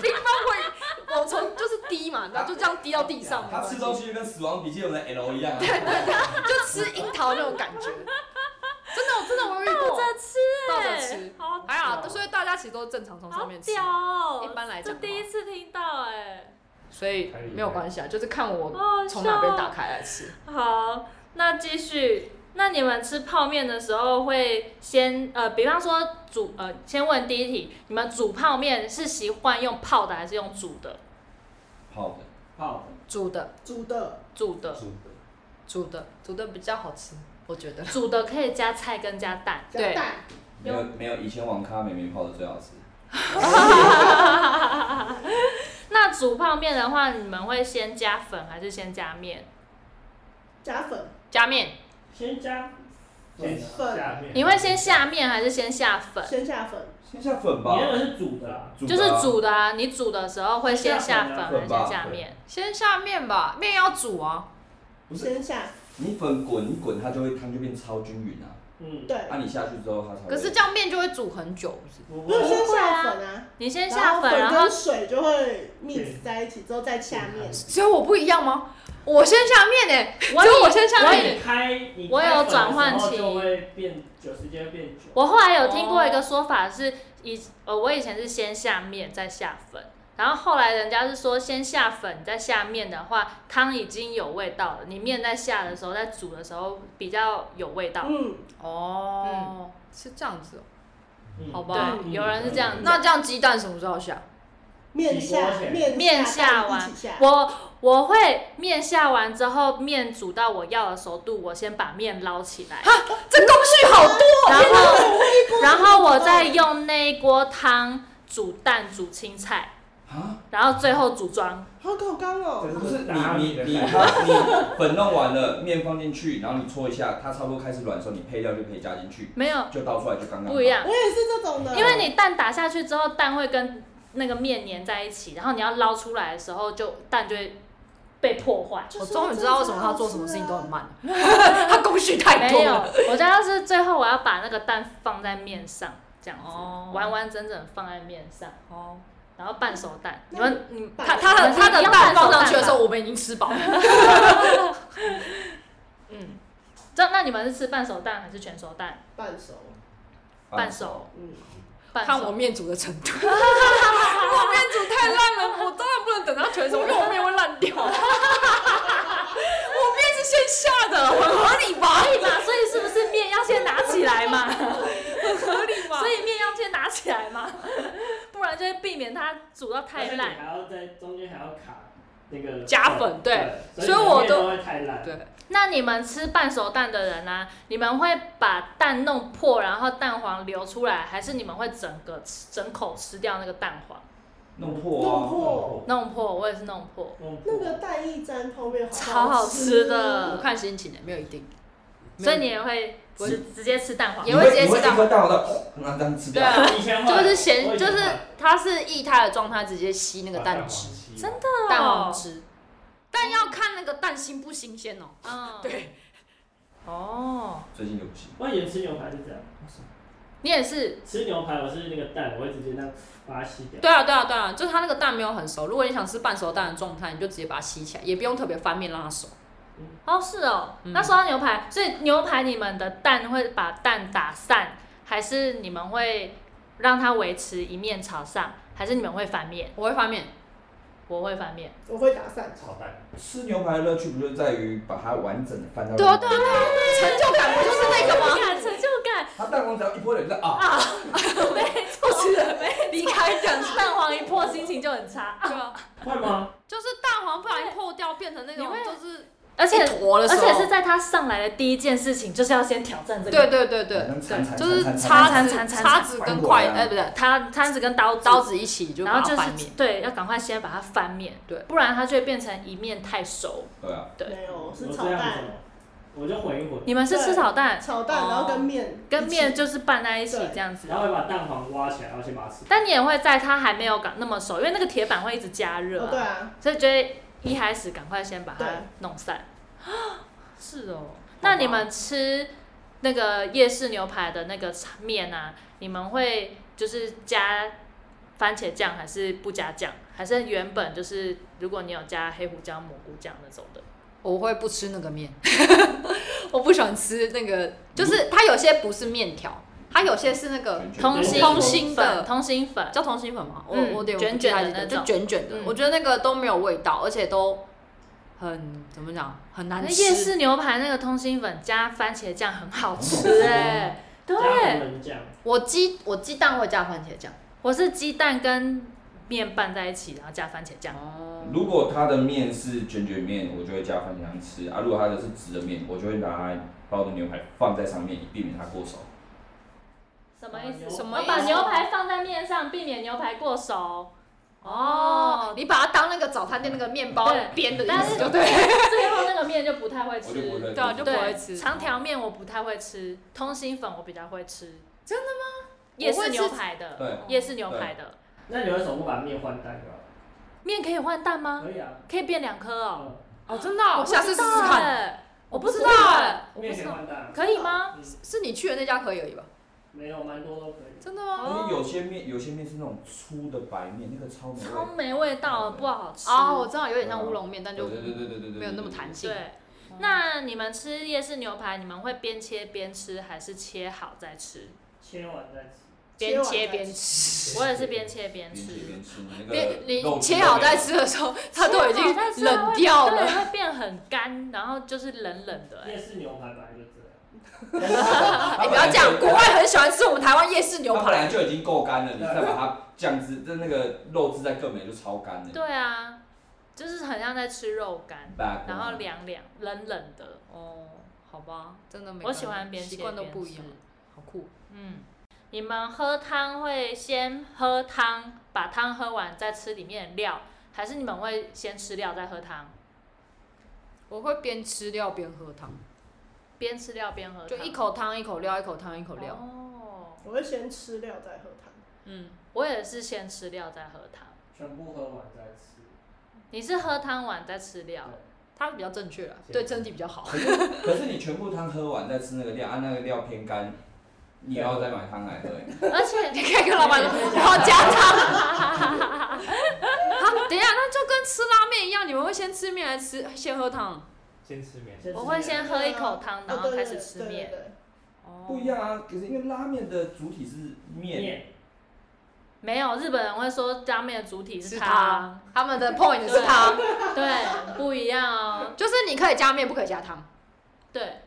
Speaker 2: 冰棒会往从就是滴嘛，然后就这样滴到地上，没
Speaker 4: 他
Speaker 2: 关
Speaker 4: 吃
Speaker 2: 系
Speaker 4: 东西就跟死亡笔记本的 L 一样啊。
Speaker 2: 就吃樱桃那种感觉，真的我真的我有遇
Speaker 1: 倒
Speaker 2: 过
Speaker 1: 着，吃、
Speaker 2: 倒
Speaker 1: 哎
Speaker 2: 着吃，
Speaker 1: 好
Speaker 2: 哎呀，
Speaker 1: 屌
Speaker 2: 所以大家其实都正常从上面吃
Speaker 1: 好，屌哦、
Speaker 2: 一般来讲
Speaker 1: 这第一次听到哎、
Speaker 2: 所以没有关系啊，就是看我
Speaker 1: 哦，
Speaker 2: 从哪边打开来吃。
Speaker 1: 好，那继续。那你们吃泡面的时候会先呃，比方说煮呃，先问第一题，你们煮泡面是习惯用泡的还是用煮的？
Speaker 4: 泡的，
Speaker 5: 泡
Speaker 2: 煮的，
Speaker 6: 煮的，
Speaker 1: 煮的，
Speaker 5: 煮
Speaker 2: 煮的，煮的比较好吃，我觉得。
Speaker 1: 煮的可以加菜跟加蛋。
Speaker 6: 加
Speaker 2: 对
Speaker 6: 蛋，
Speaker 4: 没有没有，以前网咖美眉泡的最好吃。
Speaker 1: 那煮泡面的话，你们会先加粉还是先加面？
Speaker 6: 加粉，
Speaker 2: 加面，
Speaker 5: 先加
Speaker 3: 先
Speaker 6: 粉
Speaker 5: 下面，
Speaker 1: 你会先下面还是先下粉？
Speaker 6: 先下粉，
Speaker 4: 先下粉
Speaker 5: 你那
Speaker 4: 吧，
Speaker 5: 个是煮的啦，
Speaker 4: 煮吧
Speaker 1: 就是煮的啊，你煮的时候会先下粉
Speaker 5: 下
Speaker 1: 还
Speaker 4: 粉
Speaker 1: 是
Speaker 4: 啊粉吧
Speaker 1: 先下面？
Speaker 2: 先下面吧，面要煮啊。
Speaker 4: 不是
Speaker 6: 先下
Speaker 4: 你粉滚一滚，它就会汤就变超均匀啊。
Speaker 5: 嗯，
Speaker 6: 对，
Speaker 4: 啊，你下去之后它才会。
Speaker 2: 可是这样面就会煮很久，不是？
Speaker 5: 不
Speaker 6: 不是先
Speaker 1: 会啊
Speaker 6: 下粉啊，
Speaker 1: 你先
Speaker 6: 然
Speaker 1: 下
Speaker 6: 后
Speaker 1: 粉，然后
Speaker 6: 跟水就会 mix
Speaker 5: 对
Speaker 6: 在一起之后再下面，
Speaker 2: 只有我不一样吗？我先下面呢、
Speaker 1: 我
Speaker 2: 只有
Speaker 1: 以
Speaker 2: 我先下
Speaker 1: 我
Speaker 5: 所
Speaker 1: 以
Speaker 5: 以
Speaker 2: 面。
Speaker 5: 你开，你
Speaker 1: 我有
Speaker 5: 开粉的
Speaker 1: 转换
Speaker 5: 时候
Speaker 1: 器
Speaker 5: 就会变久，时间会变久。
Speaker 1: 我后来有听过一个说法是，以呃我以前是先下面再下粉，然后后来人家是说先下粉再下面的话，汤已经有味道了，你面在下的时候，在煮的时候比较有味道。嗯
Speaker 6: 嗯，
Speaker 2: 哦，是这样子哦、
Speaker 5: 嗯
Speaker 2: 好吧
Speaker 1: 对，有人是这样子。
Speaker 2: 那这样鸡蛋什么时候要下？
Speaker 6: 面
Speaker 5: 起锅
Speaker 6: 下
Speaker 5: 前
Speaker 6: 面
Speaker 1: 面下
Speaker 6: 下
Speaker 1: 完
Speaker 6: 一起下，
Speaker 1: 我我会面下完之后，面煮到我要的熟度，我先把面捞起来，
Speaker 2: 这工序好多。
Speaker 1: 然后然后我再用那一锅汤煮蛋、煮青菜，
Speaker 4: 啊，
Speaker 1: 然后最后组装。
Speaker 6: 好搞刚哦，
Speaker 4: 不是你你你它你粉弄完了，面放进去，然后你搓一下，它差不多开始软的时候，你配料就可以加进去，
Speaker 1: 没有
Speaker 4: 就倒出来就刚刚好
Speaker 1: 不一。样，
Speaker 6: 我也是这种的，
Speaker 1: 因为你蛋打下去之后，蛋会跟那个面粘在一起，然后你要捞出来的时候就，蛋就会被破坏。
Speaker 6: 就
Speaker 2: 我
Speaker 6: 是
Speaker 2: 终于知道为什么他做什么事情都很慢了， 他工序太
Speaker 1: 没
Speaker 2: 多
Speaker 1: 有
Speaker 2: 了。，
Speaker 1: 我家是最后我要把那个蛋放在面上，这样子、
Speaker 2: 哦
Speaker 1: 完完整整放在面上，
Speaker 2: 哦，
Speaker 1: 然后半熟蛋。你
Speaker 6: 那
Speaker 1: 们 你
Speaker 6: 半
Speaker 2: 他他的他的蛋放上去的时候，，我们已经吃饱了。
Speaker 1: 嗯，这那你们是吃半熟蛋还是全熟蛋？
Speaker 6: 半熟，
Speaker 1: 半熟，
Speaker 6: 嗯，
Speaker 1: 半熟。
Speaker 2: 看我面煮的程 度，我面煮太烂了，我当然不能等到 全熟，因为我面会烂掉。我面是先下的，很合理吧？
Speaker 1: 可以嘛？所以是不是面要先拿起来嘛？
Speaker 2: 合理吧
Speaker 1: 所以面要先拿起来嘛， 不然就会避免它煮到太
Speaker 5: 而且你
Speaker 1: 烂。
Speaker 2: 啊
Speaker 5: 还要在中间还要卡那个
Speaker 2: 加粉对，
Speaker 5: 所以
Speaker 2: 所以我
Speaker 5: 你的
Speaker 2: 都
Speaker 5: 面都会太烂。
Speaker 2: 对，
Speaker 1: 那你们吃半熟蛋的人啊，你们会把蛋弄破，然后蛋黄流出来，还是你们会整个吃整口吃掉那个蛋黄？
Speaker 4: 弄破啊
Speaker 6: 弄！破
Speaker 1: 弄破，我也是弄破。
Speaker 2: 嗯
Speaker 5: 弄
Speaker 6: 那
Speaker 5: 破
Speaker 6: 个蛋一沾泡面，
Speaker 1: 超好
Speaker 6: 好
Speaker 1: 吃
Speaker 2: 我
Speaker 1: 的
Speaker 2: 看心情的，没有一定。
Speaker 1: 所以你也会直直接吃蛋黄
Speaker 4: 你
Speaker 2: 也，会直接
Speaker 4: 你会
Speaker 2: 吃到
Speaker 4: 一颗大的，那这样吃掉。
Speaker 2: 对啊
Speaker 5: 以前会
Speaker 2: 就是
Speaker 5: 我
Speaker 2: 咸，
Speaker 5: 以
Speaker 2: 就
Speaker 5: 前
Speaker 2: 是
Speaker 5: 会
Speaker 2: 它是液态的状态，直接吸那个
Speaker 5: 把
Speaker 2: 蛋
Speaker 5: 黄
Speaker 2: 汁，
Speaker 5: 吸完
Speaker 1: 真的
Speaker 2: 蛋黄汁。但要看那个蛋新不新鲜哦。
Speaker 1: 嗯，
Speaker 2: 对，
Speaker 1: 哦，
Speaker 4: 最近就不行，
Speaker 5: 我以前吃牛排是这样，
Speaker 1: 你也是，
Speaker 5: 吃牛排我是那个蛋，我会直接那样把它吸掉。
Speaker 2: 对啊，对啊，对啊，就是它那个蛋没有很熟。如果你想吃半熟蛋的状态，你就直接把它吸起来，也不用特别翻面让它熟。
Speaker 1: 哦是哦。
Speaker 2: 嗯
Speaker 1: 那说到牛排，所以牛排你们的蛋会把蛋打散，还是你们会让它维持一面朝上，还是你们会翻面？
Speaker 2: 我会翻面，
Speaker 1: 我会翻面。
Speaker 6: 我会打散，
Speaker 5: 炒蛋，
Speaker 4: 吃牛排的乐趣不就在于把它完整的翻到？
Speaker 2: 对啊对啊成就感不就是那 个吗？
Speaker 1: 感，成就感，
Speaker 4: 它蛋黄只要一泼冷就啊，
Speaker 2: 不是离开这样子。
Speaker 1: 蛋黄一破，心情就很差。
Speaker 2: 对啊，
Speaker 5: 会吗？
Speaker 2: 就是蛋黄不小心破掉，变成那
Speaker 1: 你
Speaker 2: 种
Speaker 1: 会
Speaker 2: 就是
Speaker 1: 而且
Speaker 2: 一坨的时
Speaker 1: 而
Speaker 2: 候，
Speaker 1: 且是在他上来的第一件事情，就是要先挑战这个。
Speaker 2: 对，对对对，
Speaker 4: 对
Speaker 2: 就是
Speaker 1: 插
Speaker 2: 叉
Speaker 1: 铲铲
Speaker 2: 子
Speaker 1: 铲
Speaker 2: 叉子跟筷，哎不对，
Speaker 1: 他摊子跟刀
Speaker 2: 刀，子一起就
Speaker 1: 然
Speaker 2: 把
Speaker 1: 后
Speaker 2: 它
Speaker 1: 就
Speaker 2: 翻面
Speaker 1: 是。对，要赶快先把它翻面，
Speaker 2: 对
Speaker 1: 不然它就会变成一面太熟。
Speaker 4: 对啊，
Speaker 1: 对
Speaker 6: 没有
Speaker 5: 我
Speaker 6: 是
Speaker 5: 这
Speaker 6: 炒
Speaker 5: 样子
Speaker 6: 蛋，
Speaker 5: 哦，我就混一混，
Speaker 1: 你们是吃
Speaker 6: 对
Speaker 1: 炒蛋，
Speaker 6: 炒蛋然后跟面
Speaker 1: 哦跟面
Speaker 6: 一起
Speaker 1: 就是拌在一起
Speaker 6: 对
Speaker 1: 这样子。
Speaker 5: 然后会把蛋黄挖起来，然后先把它吃。
Speaker 1: 但你也会在它还没有赶那么熟，因为那个铁板会一直加热、
Speaker 6: 哦
Speaker 1: 啊，
Speaker 6: 对啊，
Speaker 1: 所以就会一开始赶快先把它
Speaker 6: 对
Speaker 1: 弄散。 是哦， 那你们吃那个夜市牛排的那个面啊，你们会就是加番茄酱还是不加酱？还是原本就是如果你有加黑胡椒、蘑菇酱那种的，
Speaker 2: 我会不吃那个面， 我不喜欢吃那个，就是它有些不是面条，它有些是那个
Speaker 4: 全全
Speaker 1: 通心
Speaker 2: 通心
Speaker 1: 粉、
Speaker 2: 的
Speaker 1: 通心粉，
Speaker 2: 叫通心粉吗？我
Speaker 1: 嗯
Speaker 2: 我有点
Speaker 1: 卷卷的
Speaker 2: 不太记得
Speaker 1: 那种
Speaker 2: 就卷卷的
Speaker 1: 嗯，
Speaker 2: 我觉得那个都没有味道，而且都很怎么讲，很难
Speaker 1: 那
Speaker 2: 吃。
Speaker 1: 夜市牛排那个通心粉加番茄酱很好吃哎、对
Speaker 5: 加，红人酱，
Speaker 2: 我鸡我鸡蛋会加番茄酱，
Speaker 1: 我是鸡蛋跟面拌在一起，然后加番茄酱。
Speaker 2: 哦，
Speaker 4: 如果它的面是卷卷面，我就会加番茄酱吃啊；如果它的是直的面，我就会拿来把我的牛排放在上面，以避免它过熟。
Speaker 1: 什什么意思？
Speaker 2: 什么
Speaker 1: 我
Speaker 2: 意
Speaker 1: 把
Speaker 2: 思
Speaker 1: 牛排放在面上，避免牛排过熟。
Speaker 2: 哦，你把它当那个早餐店那个面包
Speaker 1: 对
Speaker 2: 边的意
Speaker 1: 但
Speaker 2: 思
Speaker 1: 是
Speaker 2: 就对了。
Speaker 1: 最后那个面就不太会
Speaker 4: 我就不
Speaker 1: 吃。
Speaker 4: 会。
Speaker 2: 对啊就不会
Speaker 1: 对，
Speaker 2: 吃
Speaker 1: 长条面我不太会吃，通心粉我比较会吃。
Speaker 2: 真
Speaker 1: 的吗？夜
Speaker 2: 我
Speaker 1: 市
Speaker 2: 会吃
Speaker 1: 牛排的，
Speaker 4: 对，
Speaker 1: 夜市牛排的
Speaker 5: 那你为什么不把面换蛋
Speaker 1: 啊
Speaker 5: 糕？
Speaker 1: 面可以换蛋吗？
Speaker 5: 可以啊，
Speaker 1: 可以变两颗哦。
Speaker 5: 嗯
Speaker 2: 哦，真的哦，
Speaker 1: 我
Speaker 2: 下次试试看。
Speaker 1: 看。我
Speaker 2: 我
Speaker 1: 不
Speaker 2: 不
Speaker 1: 知
Speaker 2: 知
Speaker 1: 道
Speaker 2: 道
Speaker 1: 哎
Speaker 2: 哎，
Speaker 1: 我不
Speaker 5: 面
Speaker 1: 知
Speaker 5: 可以
Speaker 1: 道，
Speaker 5: 换蛋，
Speaker 1: 可以吗？
Speaker 5: 嗯，
Speaker 2: 是你去的那家可以而已吧？
Speaker 5: 没有，蛮多都可以。
Speaker 2: 真的
Speaker 4: 因
Speaker 2: 吗？
Speaker 4: 为有些面有些面是那种粗的白面，那个超美味。
Speaker 1: 超没味道，不好吃。
Speaker 2: 哦，我知道，有点像乌龙面，但
Speaker 4: 对
Speaker 2: 就
Speaker 4: 对对对对对对，
Speaker 2: 没有那么弹性。
Speaker 1: 对，那你们吃夜市牛排，你们会边切边吃，还是切好再吃？
Speaker 5: 切完再吃。
Speaker 2: 边切
Speaker 6: 切完再
Speaker 2: 边吃。
Speaker 1: 我也是边切边
Speaker 4: 边吃
Speaker 1: 吃，
Speaker 4: 边吃，那个
Speaker 2: 边你
Speaker 4: 肉
Speaker 2: 切好再，吃的时候，它都已经冷掉
Speaker 1: 对，
Speaker 2: 了。
Speaker 1: 会变很干，然后就是冷冷的、
Speaker 5: 夜
Speaker 1: 哎，
Speaker 5: 市牛排本来就这样。
Speaker 2: 哎你不要这样，国外很喜欢吃我们台湾夜市牛
Speaker 4: 它本
Speaker 2: 排。
Speaker 4: 来就已经够干了，你再把它酱汁，这那个肉汁再更美，就超干了。
Speaker 1: 对啊，就是很像在吃肉干，
Speaker 4: Back
Speaker 1: 然后凉凉冷冷的。
Speaker 2: 哦，好吧，真的没。
Speaker 1: 我喜欢边切
Speaker 2: 习惯都
Speaker 1: 边
Speaker 2: 不一样
Speaker 1: 吃，
Speaker 2: 好酷。
Speaker 1: 嗯，你们喝汤会先喝汤，把汤喝完再吃里面的料，还是你们会先吃料再喝汤？
Speaker 2: 我会边吃料边喝汤，
Speaker 1: 边吃料边喝汤，
Speaker 2: 就一口汤一口料，一口汤一口料。
Speaker 1: 哦，
Speaker 6: 我会先吃料再喝汤。
Speaker 2: 嗯，
Speaker 1: 我也是先吃料再喝汤。
Speaker 5: 全部喝完再吃。
Speaker 1: 你是喝汤完再吃料，
Speaker 2: 它比较正确啦，对身体比较 好。
Speaker 4: 可是可是你全部汤喝完再吃那个料，啊按那个料偏干，你要再买汤来喝。欸
Speaker 1: 而且
Speaker 2: 你可以跟老板说，我要加汤。 好，等一下，那就跟吃拉面一样，你们会先吃面还是吃先喝汤？
Speaker 7: 先吃面，
Speaker 5: 先吃
Speaker 1: 我会
Speaker 5: 面
Speaker 1: 先喝一口汤，然
Speaker 6: 啊
Speaker 1: 后
Speaker 6: 对
Speaker 1: 开
Speaker 6: 对
Speaker 1: 始吃
Speaker 6: 对对
Speaker 1: 面。
Speaker 6: 对
Speaker 2: 哦
Speaker 4: 不一。样啊，可是因为拉面的主体是面，
Speaker 5: 面，
Speaker 1: 没有，日本人会说拉面的主体是
Speaker 2: 是
Speaker 1: 汤，
Speaker 2: 汤，哦他们的 point 是 汤，
Speaker 1: 对，不一样哦。
Speaker 2: 就是你可以加面，不可以加汤，
Speaker 1: 对，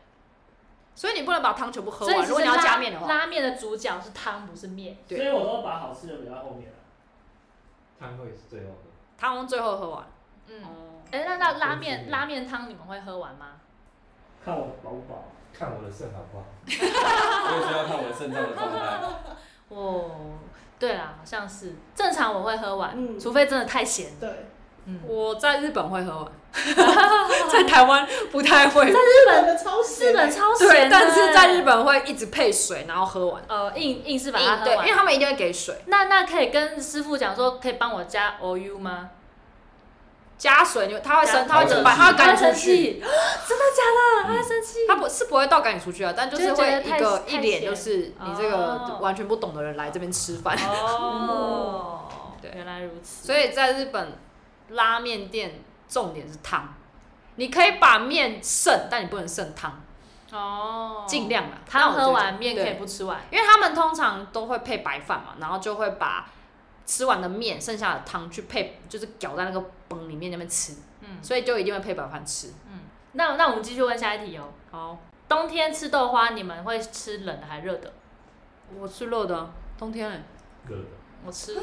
Speaker 2: 所以你不能把汤全部喝
Speaker 1: 所以
Speaker 2: 完。
Speaker 1: 其
Speaker 2: 如果
Speaker 1: 实
Speaker 2: 你要
Speaker 1: 拉
Speaker 2: 加面的话，
Speaker 1: 拉面的主角是汤，不是面。
Speaker 2: 对
Speaker 5: 所以我都把好吃的留在后面了。
Speaker 7: 汤会是最后的。
Speaker 2: 汤最后喝完。
Speaker 1: 嗯，
Speaker 2: 哦，
Speaker 1: 哎，那那拉
Speaker 7: 不
Speaker 1: 面
Speaker 7: 是
Speaker 1: 拉面汤你们会喝完吗？
Speaker 5: 看我饱不饱？
Speaker 7: 看我的肾好不好？
Speaker 4: 我也是要看我的肾脏的状 态。
Speaker 1: 哦，对啦，好像是正常我会喝完，
Speaker 6: 嗯
Speaker 1: 除非真的太咸。
Speaker 6: 对，
Speaker 1: 嗯，
Speaker 2: 我在日本会喝 完，在台湾不太会。
Speaker 6: 日本的超
Speaker 1: 日
Speaker 6: 市
Speaker 1: 本超咸的欸
Speaker 2: 对，但是在日本会一直配水，然后喝完。
Speaker 1: 呃硬硬是把它
Speaker 2: 硬
Speaker 1: 喝
Speaker 2: 对，因为
Speaker 1: 完。
Speaker 2: 他们一定会给水，
Speaker 1: 那那可以跟师傅讲说，可以帮我加 O U 吗？
Speaker 2: 加水你他会生，
Speaker 4: 加
Speaker 2: 他
Speaker 4: 水
Speaker 2: 会怎么办？他会
Speaker 1: 他
Speaker 2: 赶
Speaker 1: 会
Speaker 2: 你
Speaker 1: 生
Speaker 2: 出去。
Speaker 1: 气，真的假的？
Speaker 4: 嗯
Speaker 1: 他会啊生气。
Speaker 2: 他不是不会到赶你出去啊，但就是
Speaker 1: 就是觉得
Speaker 2: 会
Speaker 1: 太
Speaker 2: 一个
Speaker 1: 太
Speaker 2: 一脸就是你这
Speaker 1: 哦
Speaker 2: 个完全不懂的人来这边吃饭，
Speaker 1: 哦，
Speaker 2: 对
Speaker 1: 原来如此。
Speaker 2: 所以在日本拉面店重点是汤，你可以把面剩，但你不能剩汤，
Speaker 1: 哦，
Speaker 2: 尽量啦。
Speaker 1: 汤喝完
Speaker 2: 但我觉
Speaker 1: 面
Speaker 2: 得
Speaker 1: 可以，不吃完。
Speaker 2: 对因为他们通常都会配白饭嘛，然后就会把吃完的面剩下的汤去配，就是搅在那个崩里面那边吃，
Speaker 1: 嗯
Speaker 2: 所以就一定会配白饭吃。
Speaker 1: 嗯，那那我们继续问下一题哦。
Speaker 2: 好，
Speaker 1: 冬天吃豆花，你们会吃冷的还热的？
Speaker 2: 我吃热的啊，冬天欸
Speaker 7: 热的，
Speaker 1: 我吃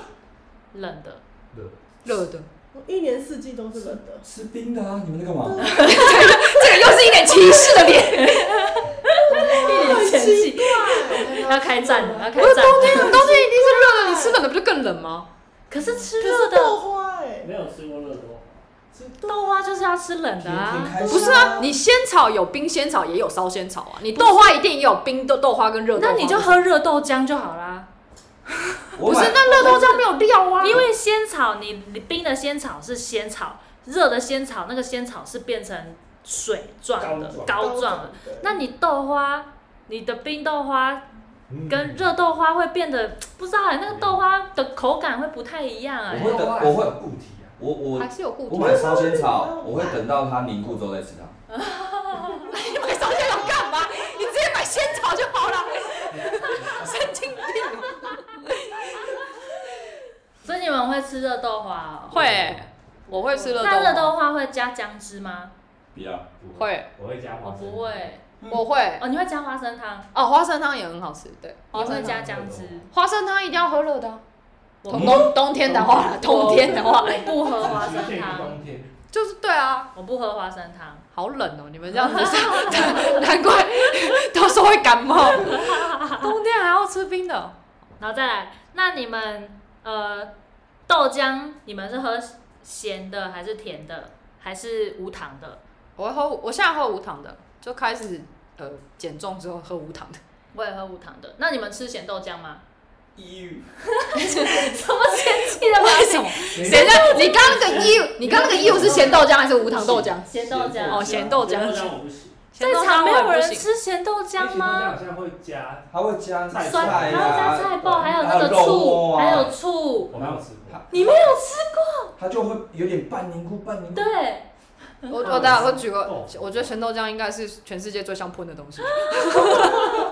Speaker 1: 冷的。
Speaker 7: 热的。
Speaker 2: 热的，
Speaker 6: 我一年四季都是冷 的。
Speaker 4: 吃冰的啊，你们在干嘛？
Speaker 2: 这个又是一脸歧视的脸。
Speaker 1: 一脸嫌弃，要开战了，要开战了。
Speaker 2: 天，冬天一定是热的，你吃冷的不就更冷吗？
Speaker 1: 可是吃
Speaker 6: 可
Speaker 1: 热
Speaker 6: 是
Speaker 1: 的
Speaker 6: 豆花哎、
Speaker 5: 没有吃过热多，
Speaker 1: 豆花就是要吃冷的
Speaker 4: 天天
Speaker 1: 啊。
Speaker 4: 开心
Speaker 2: 不是啊，你仙草有冰仙草，也有烧仙草啊。你豆花一定也有冰豆豆花跟热豆
Speaker 1: 那
Speaker 2: 花。
Speaker 1: 你就喝热豆浆就好啦，
Speaker 4: 我
Speaker 2: 不
Speaker 4: 买
Speaker 2: 是？那热豆浆没有料啊，
Speaker 1: 因为仙草你你冰的仙草是仙草，热的仙草那个仙草是变成水状的
Speaker 5: 膏状
Speaker 1: 膏状的。
Speaker 6: 的
Speaker 1: 那你豆花，你的冰豆花
Speaker 7: 嗯
Speaker 1: 跟热豆花会变得不知道哎、那个豆花的口感会不太一样哎、
Speaker 4: 我会等
Speaker 7: 等，
Speaker 4: 我会
Speaker 7: 固体啊。
Speaker 4: 我我
Speaker 2: 还是有固
Speaker 4: 我
Speaker 2: 体。
Speaker 4: 买烧仙草，我会等到它凝固之后再吃 它。
Speaker 2: 你买烧仙草干嘛？你直接买仙草就好了。神经病。
Speaker 1: 所以你们会吃热豆花哦、
Speaker 2: 会，我会吃热
Speaker 1: 那热豆花会加姜汁吗？
Speaker 4: 不要，
Speaker 7: 不
Speaker 2: 会，
Speaker 7: 我会加
Speaker 1: 我
Speaker 7: 花生。
Speaker 1: 不会。
Speaker 2: 我会
Speaker 1: 哦，你会加花生汤，哦
Speaker 2: 哦，花生汤也很好吃，对，
Speaker 1: 你会
Speaker 7: 生
Speaker 1: 加
Speaker 7: 汤
Speaker 1: 姜
Speaker 7: 会
Speaker 1: 汁。
Speaker 2: 花生汤一定要喝热的啊。
Speaker 1: 我
Speaker 2: 冬冬冬天的话，冬天的话，
Speaker 1: 我不喝花生
Speaker 7: 只限于
Speaker 1: 汤，
Speaker 7: 冬天。
Speaker 2: 就是对啊，
Speaker 1: 我不喝花生汤，
Speaker 2: 好冷哦，你们这样子，难怪都说会感冒。冬天还要吃冰的，
Speaker 1: 然后再来，那你们呃豆浆，你们是喝咸的还是甜的，还是无糖的？
Speaker 2: 我会喝，我现在喝无糖的，就开始呃减重之后喝无糖的。
Speaker 1: 我也喝无糖的。那你们吃咸豆浆吗？
Speaker 4: 抑郁，
Speaker 1: 什么嫌弃的表情？
Speaker 2: 么？等一下，你刚刚那个 U，你刚刚那个 U 是咸豆浆还是无糖豆浆？
Speaker 1: 咸豆
Speaker 4: 咸
Speaker 1: 浆
Speaker 2: 哦，，咸豆
Speaker 5: 豆
Speaker 2: 浆。
Speaker 5: 浆我不行，
Speaker 1: 在场没有人吃咸豆
Speaker 7: 咸
Speaker 1: 浆
Speaker 7: 豆
Speaker 1: 吗？
Speaker 7: 好像会加，
Speaker 4: 它会加
Speaker 7: 菜
Speaker 1: 酸，
Speaker 4: 菜啊
Speaker 1: 还有加
Speaker 4: 呀，
Speaker 1: 菜包，还有那个
Speaker 4: 还有肉末
Speaker 1: 醋，
Speaker 4: 啊
Speaker 1: 还有醋，
Speaker 7: 我没有吃过。
Speaker 1: 你没有吃？
Speaker 4: 它就会有点半凝固半凝固。
Speaker 1: 对，
Speaker 2: 我我大我举个
Speaker 7: 哦，
Speaker 2: 我觉得咸豆浆应该是全世界最像喷的 东西。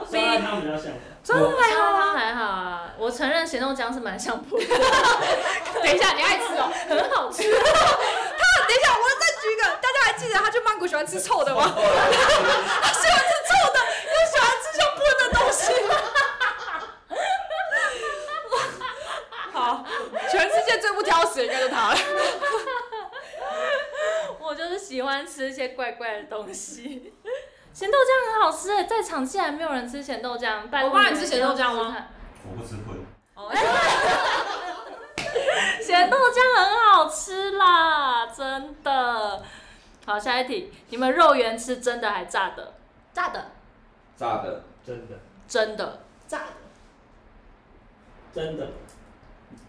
Speaker 5: 酸辣汤比较像。
Speaker 2: 真
Speaker 4: 呃
Speaker 2: 的
Speaker 1: 还好啊，还好啊。我承认咸豆浆是蛮想 补的，
Speaker 2: 等一下，你爱吃 哦。
Speaker 1: 很好吃。
Speaker 2: 等一下，我再举一个，大家还记得他去曼谷喜欢吃臭的吗？ 他喜欢吃臭的，又喜欢吃像喷的东西。 好，全世界最不挑食应该就他了。
Speaker 1: 我就是喜欢吃一些怪怪的东西。 咸豆浆很好吃诶，在场竟然没有人吃咸豆浆。拜托
Speaker 2: 我帮你吃咸豆浆吗？
Speaker 4: 我不吃荤，
Speaker 1: 咸豆浆很好吃啦，真的。好，下一题，你们肉圆吃真的还炸的？
Speaker 2: 炸的，
Speaker 4: 炸的，
Speaker 7: 真的，
Speaker 1: 真的，
Speaker 6: 炸的，
Speaker 5: 真的，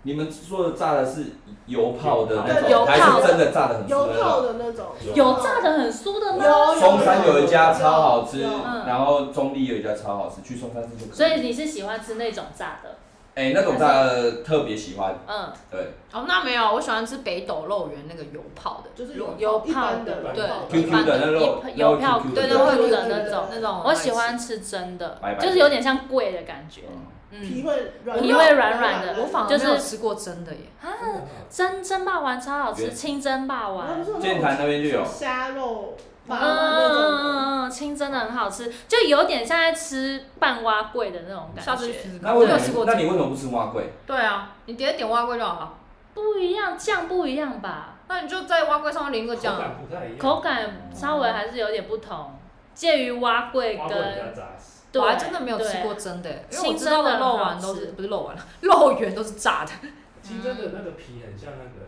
Speaker 4: 你们说的炸的是油泡的那
Speaker 6: 对油
Speaker 4: 种，
Speaker 6: 泡
Speaker 4: 还是真的炸的很
Speaker 6: 油
Speaker 4: 酥的
Speaker 6: 泡
Speaker 4: 那种？
Speaker 6: 的那种，
Speaker 1: 有炸的很酥的
Speaker 6: 有，
Speaker 1: 吗？
Speaker 6: 有
Speaker 4: 松山有一家超好吃，
Speaker 6: 有有
Speaker 1: 嗯
Speaker 4: 然后中立有一家超好吃，去松山吃就可
Speaker 1: 所以你是喜欢吃那种炸的？
Speaker 4: 哎，那种炸的特别喜欢，
Speaker 1: 嗯，
Speaker 4: 对
Speaker 2: 哦，那没有，我喜欢吃北斗肉圆那个油泡的，
Speaker 6: 就是
Speaker 1: 油
Speaker 6: 一
Speaker 1: 泡
Speaker 6: 般
Speaker 1: 的
Speaker 6: 的
Speaker 2: 对
Speaker 6: 泡的
Speaker 4: ，QQ 的那肉
Speaker 1: 一，油泡
Speaker 4: 那肉 QQ
Speaker 2: 对
Speaker 4: 的
Speaker 2: 对会
Speaker 1: 对
Speaker 2: 有
Speaker 1: 的那种
Speaker 2: 那种，
Speaker 1: 我喜欢吃真的
Speaker 4: 白白，的
Speaker 1: 就是有点像贵的感觉。
Speaker 4: 嗯
Speaker 6: 皮
Speaker 2: 嗯，
Speaker 6: 会软，
Speaker 1: 皮会软软的
Speaker 2: 我反而
Speaker 1: 就是
Speaker 2: 没有吃过真的耶。
Speaker 1: 啊，蒸蒸霸王超好吃，
Speaker 4: 原
Speaker 1: 清蒸霸王。嗯
Speaker 4: 剑潭那边就有，
Speaker 6: 虾肉
Speaker 1: 嗯
Speaker 6: 霸王那
Speaker 1: 嗯
Speaker 6: 种的，
Speaker 1: 嗯嗯，清蒸的很好吃，就有点像在吃半蛙桂的那种感
Speaker 2: 下次去
Speaker 1: 觉，
Speaker 2: 试试看。
Speaker 4: 那
Speaker 2: 我
Speaker 4: 为
Speaker 2: 有
Speaker 4: 什
Speaker 2: 吃过
Speaker 4: 么？
Speaker 2: 这
Speaker 4: 那
Speaker 2: 个。
Speaker 4: 你为什么不吃蛙桂？
Speaker 2: 对啊，你点点蛙龟就好了。
Speaker 1: 不一样，酱不一样吧，
Speaker 2: 那你就在蛙龟上面淋个
Speaker 7: 口
Speaker 2: 酱啊。
Speaker 7: 感不太一样，
Speaker 1: 口感稍微还是有点不同，介于蛙桂
Speaker 7: 花会比较
Speaker 1: 跟
Speaker 7: 扎实。
Speaker 1: 对，
Speaker 2: 我还真的没有吃
Speaker 1: 对
Speaker 2: 过真的，欸因为我
Speaker 1: 清
Speaker 2: 知
Speaker 1: 蒸
Speaker 2: 道
Speaker 1: 的
Speaker 2: 的肉丸都是不是肉丸了， 肉圆都是炸的。
Speaker 7: 其实真的那个皮很像那个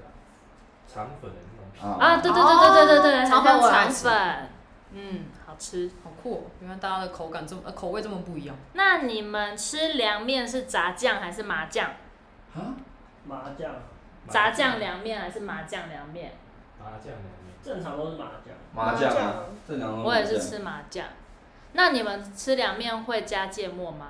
Speaker 7: 肠粉的那种皮，
Speaker 1: 啊，
Speaker 4: 啊，
Speaker 1: 对对对对对对对，
Speaker 2: 肠粉
Speaker 1: 很像
Speaker 2: 我也爱
Speaker 1: 肠
Speaker 2: 吃
Speaker 1: 粉，嗯，好吃。
Speaker 2: 好酷哦！原来大家的口感这么、呃、口味这么不一样。
Speaker 1: 那你们吃凉面是炸酱还是麻酱？
Speaker 4: 啊，
Speaker 5: 麻酱
Speaker 1: 炸酱凉面还是麻酱凉面？
Speaker 7: 麻酱凉面，
Speaker 5: 正常都是麻酱，
Speaker 4: 麻酱啊，正常的
Speaker 1: 我也
Speaker 4: 麻
Speaker 1: 是
Speaker 4: 酱
Speaker 1: 吃麻酱。那你们吃凉面会加芥末吗？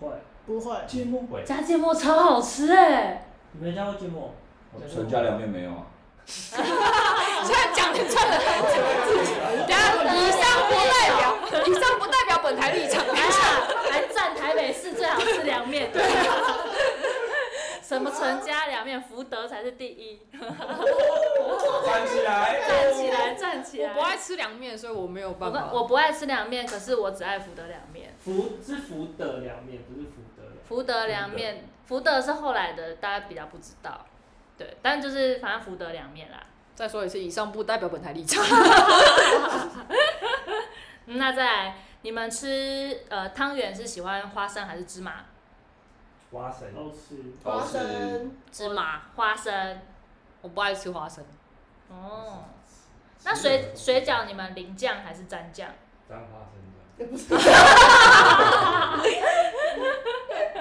Speaker 5: 会，
Speaker 6: 不会，
Speaker 7: 芥末味，
Speaker 1: 加芥末超好吃哎、
Speaker 5: 你没加过芥末？
Speaker 4: 我哦陈家凉面没有啊，
Speaker 2: 现在讲的真的，等一下以上不代表， 以上不代表本台立场。等一下，
Speaker 1: 还占台北市最好吃凉面。对。什么陈家凉面，福德才是第一。
Speaker 4: 站起来
Speaker 1: 站起来，站起
Speaker 2: 我
Speaker 1: 来。
Speaker 2: 不爱吃凉面，所以我没有
Speaker 1: 我
Speaker 2: 办
Speaker 1: 不
Speaker 2: 法。
Speaker 1: 我不爱吃凉面，可是我只爱福德凉面。
Speaker 5: 福是福德凉面，不是福德凉。
Speaker 1: 福德凉面，福德是后来的，大家比较不知道。对，但就是反正福德凉面啦。
Speaker 2: 再说一次，以上不代表本台立 场。
Speaker 1: 那再来，你们吃呃汤圆是喜欢花生还是芝麻？
Speaker 7: 花生，
Speaker 5: 都吃
Speaker 6: 花
Speaker 4: 都是
Speaker 6: 生，
Speaker 1: 芝麻花生。
Speaker 2: 我不爱吃花生，
Speaker 1: 哦，那水水饺你们淋酱还是沾酱？
Speaker 7: 沾花生
Speaker 6: 也不是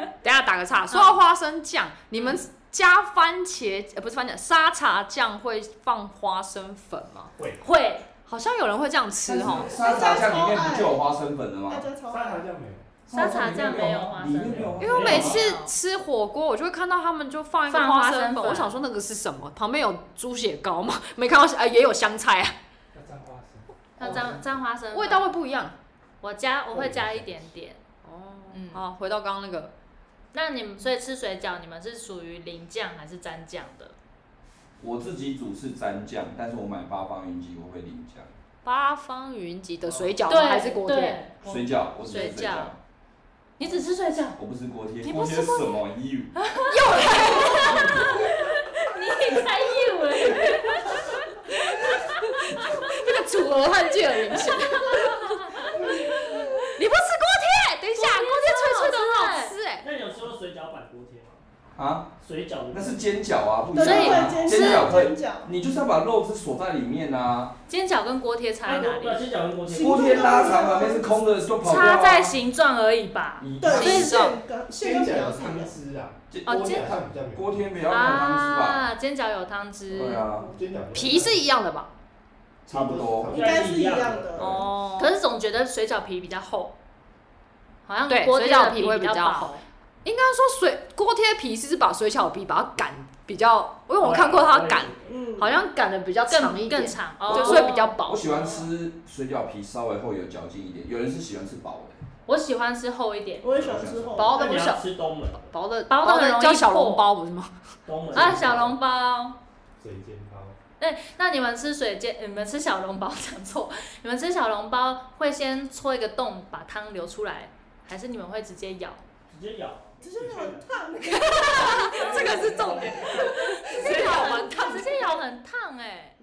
Speaker 2: 等一下打个岔。说到花生酱，你们加番茄呃不是番茄沙茶酱会放花生粉吗？
Speaker 1: 会，
Speaker 2: 好像有人会这样吃哦。
Speaker 4: 沙茶酱里面不就有花生粉了吗
Speaker 6: 大？家超
Speaker 7: 酱，沙
Speaker 6: 爱
Speaker 7: 茶。酱没有，
Speaker 1: 沙茶酱没有花生
Speaker 4: 里哦面没有花
Speaker 2: 因
Speaker 4: 生
Speaker 2: 为我每次吃火锅，我就会看到他们就放一个
Speaker 1: 放花
Speaker 2: 花
Speaker 1: 生
Speaker 2: 生粉，
Speaker 1: 粉
Speaker 2: 我想说那个是什么？旁边有猪血糕吗？ 没看到，呃，也有香菜啊，
Speaker 7: 要沾花生，
Speaker 1: 要沾沾花生粉
Speaker 2: 味道会不一样。
Speaker 1: 我加我会加一点点。
Speaker 2: 哦，
Speaker 1: 嗯
Speaker 2: 好，回到刚刚那个，
Speaker 1: 那你们所以吃水饺，你们是属于淋酱还是沾酱的？
Speaker 4: 我自己煮是沾酱，但是我买八方云集我会淋酱。
Speaker 2: 八方云集的水饺吗
Speaker 1: 对，
Speaker 2: 还是锅贴？
Speaker 1: 对，我
Speaker 4: 水饺我只吃
Speaker 1: 水
Speaker 4: 水
Speaker 1: 饺
Speaker 4: 饺，
Speaker 1: 你只吃水饺，
Speaker 4: 我不吃锅贴。
Speaker 1: 你不
Speaker 4: 锅
Speaker 1: 吃
Speaker 4: 贴什么 you？
Speaker 1: 你太硬了。
Speaker 2: 欸
Speaker 6: 对对对，
Speaker 4: 那是煎饺啊，不一样啊。煎饺
Speaker 5: 角的部分，
Speaker 4: 可以，
Speaker 6: 煎饺，
Speaker 4: 你就是要把肉汁锁在里面啊。
Speaker 1: 煎饺跟锅贴差在哪
Speaker 5: 那
Speaker 1: 里？
Speaker 5: 先讲跟锅
Speaker 6: 形
Speaker 5: 贴，
Speaker 4: 锅
Speaker 6: 状
Speaker 4: 贴拉
Speaker 6: 啊
Speaker 4: 长旁边是空的，就跑掉、啊。
Speaker 1: 差在形状而已吧。
Speaker 4: 你
Speaker 6: 对，所以
Speaker 2: 形状
Speaker 6: 线跟
Speaker 7: 煎饺
Speaker 6: 线跟比较
Speaker 7: 有
Speaker 6: 长
Speaker 7: 汤。汁啊，
Speaker 4: 煎
Speaker 1: 哦
Speaker 7: 锅
Speaker 1: 煎
Speaker 7: 条上比较没有
Speaker 4: 锅贴不要用汤汁吧？
Speaker 1: 啊，煎饺有汤汁。
Speaker 4: 对啊，
Speaker 7: 煎饺
Speaker 2: 皮是一样的吧？
Speaker 4: 差不多。
Speaker 6: 应该是一样的。
Speaker 2: 哦
Speaker 1: 可是总觉得水饺皮比较厚，好像
Speaker 2: 对，
Speaker 1: 锅
Speaker 2: 水
Speaker 1: 贴的
Speaker 2: 饺皮会
Speaker 1: 比
Speaker 2: 比较
Speaker 1: 薄
Speaker 2: 厚。。应该说水锅贴皮是把水饺皮把它擀比较，因为我看过它擀，
Speaker 6: 嗯，
Speaker 2: 好像擀的比较长
Speaker 1: 更
Speaker 2: 一点，
Speaker 1: 更长，哦
Speaker 2: 就是会比较。薄
Speaker 4: 我。喜欢吃水饺皮稍微厚有嚼劲一点，有人是喜欢吃薄的。
Speaker 1: 我喜欢吃厚一点，
Speaker 6: 我也喜欢吃厚的
Speaker 2: 薄
Speaker 5: 那
Speaker 2: 的
Speaker 5: 你
Speaker 2: 不
Speaker 5: 要
Speaker 2: 小，
Speaker 5: 吃东门，
Speaker 2: 薄的
Speaker 1: 薄的很容易
Speaker 2: 叫小
Speaker 1: 破
Speaker 2: 笼包不是吗？
Speaker 5: 东门
Speaker 1: 啊，小笼包。
Speaker 7: 水煎包，
Speaker 1: 对，那你们吃水煎，你们吃小笼包讲错， 你们吃小笼包会先戳一个洞把汤流出来，还是你们会直接舀？
Speaker 5: 直接咬，
Speaker 6: 只是很烫，
Speaker 2: 这个是重点， 这个好蛮烫
Speaker 1: 直。接舀很烫哎、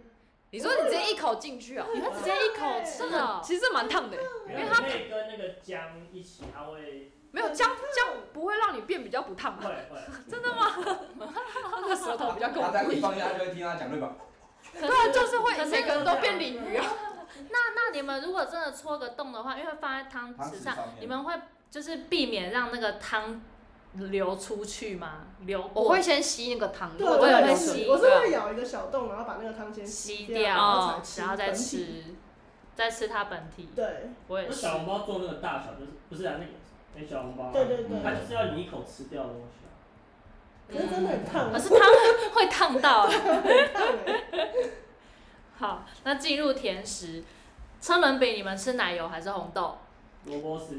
Speaker 2: 你说你直接一口进去啊？
Speaker 1: 你会直接一口吃 哦、
Speaker 2: 其实蛮烫的欸，
Speaker 5: 因为它可以跟那个姜一起，它会
Speaker 2: 没有姜姜不会让你变比较不烫
Speaker 5: 会
Speaker 2: 吧？
Speaker 5: 会，
Speaker 1: 真的吗？
Speaker 2: 那个舌头比较够
Speaker 4: 大家一
Speaker 2: 力。
Speaker 4: 放下就会听他讲对吧？
Speaker 1: 对
Speaker 2: 对啊，就是会每个人都变鲤鱼啊。
Speaker 1: 那那你们如果真的戳个洞的话，因为放在汤
Speaker 4: 汤
Speaker 1: 匙
Speaker 4: 匙
Speaker 1: 上，
Speaker 4: 上面
Speaker 1: 你们会就是避免让那个汤流出去吗？流过
Speaker 2: 我会先吸那个汤，
Speaker 6: 对，
Speaker 2: 如果
Speaker 1: 我
Speaker 2: 真
Speaker 1: 也
Speaker 2: 的
Speaker 1: 会
Speaker 2: 有
Speaker 1: 吸
Speaker 2: 水
Speaker 6: 我是会咬一个小洞，然后把那个汤先
Speaker 1: 吸
Speaker 6: 掉，
Speaker 1: 掉，
Speaker 6: 然后才
Speaker 1: 然后再
Speaker 6: 本体。
Speaker 1: 吃，再吃它本体。
Speaker 6: 对
Speaker 1: 我也
Speaker 5: 那
Speaker 1: 是。
Speaker 5: 小笼包做那个大小就是不是啊那个那小笼包啊，
Speaker 6: 对对对，
Speaker 5: 它就是要你一口吃掉的东西啊。
Speaker 6: 可是真的很烫，
Speaker 2: 啊
Speaker 1: 可是汤会烫到、 欸。
Speaker 6: 很烫哎。
Speaker 1: 好，那进入甜食，车轮饼你们吃奶油还是红豆？
Speaker 5: 萝卜丝，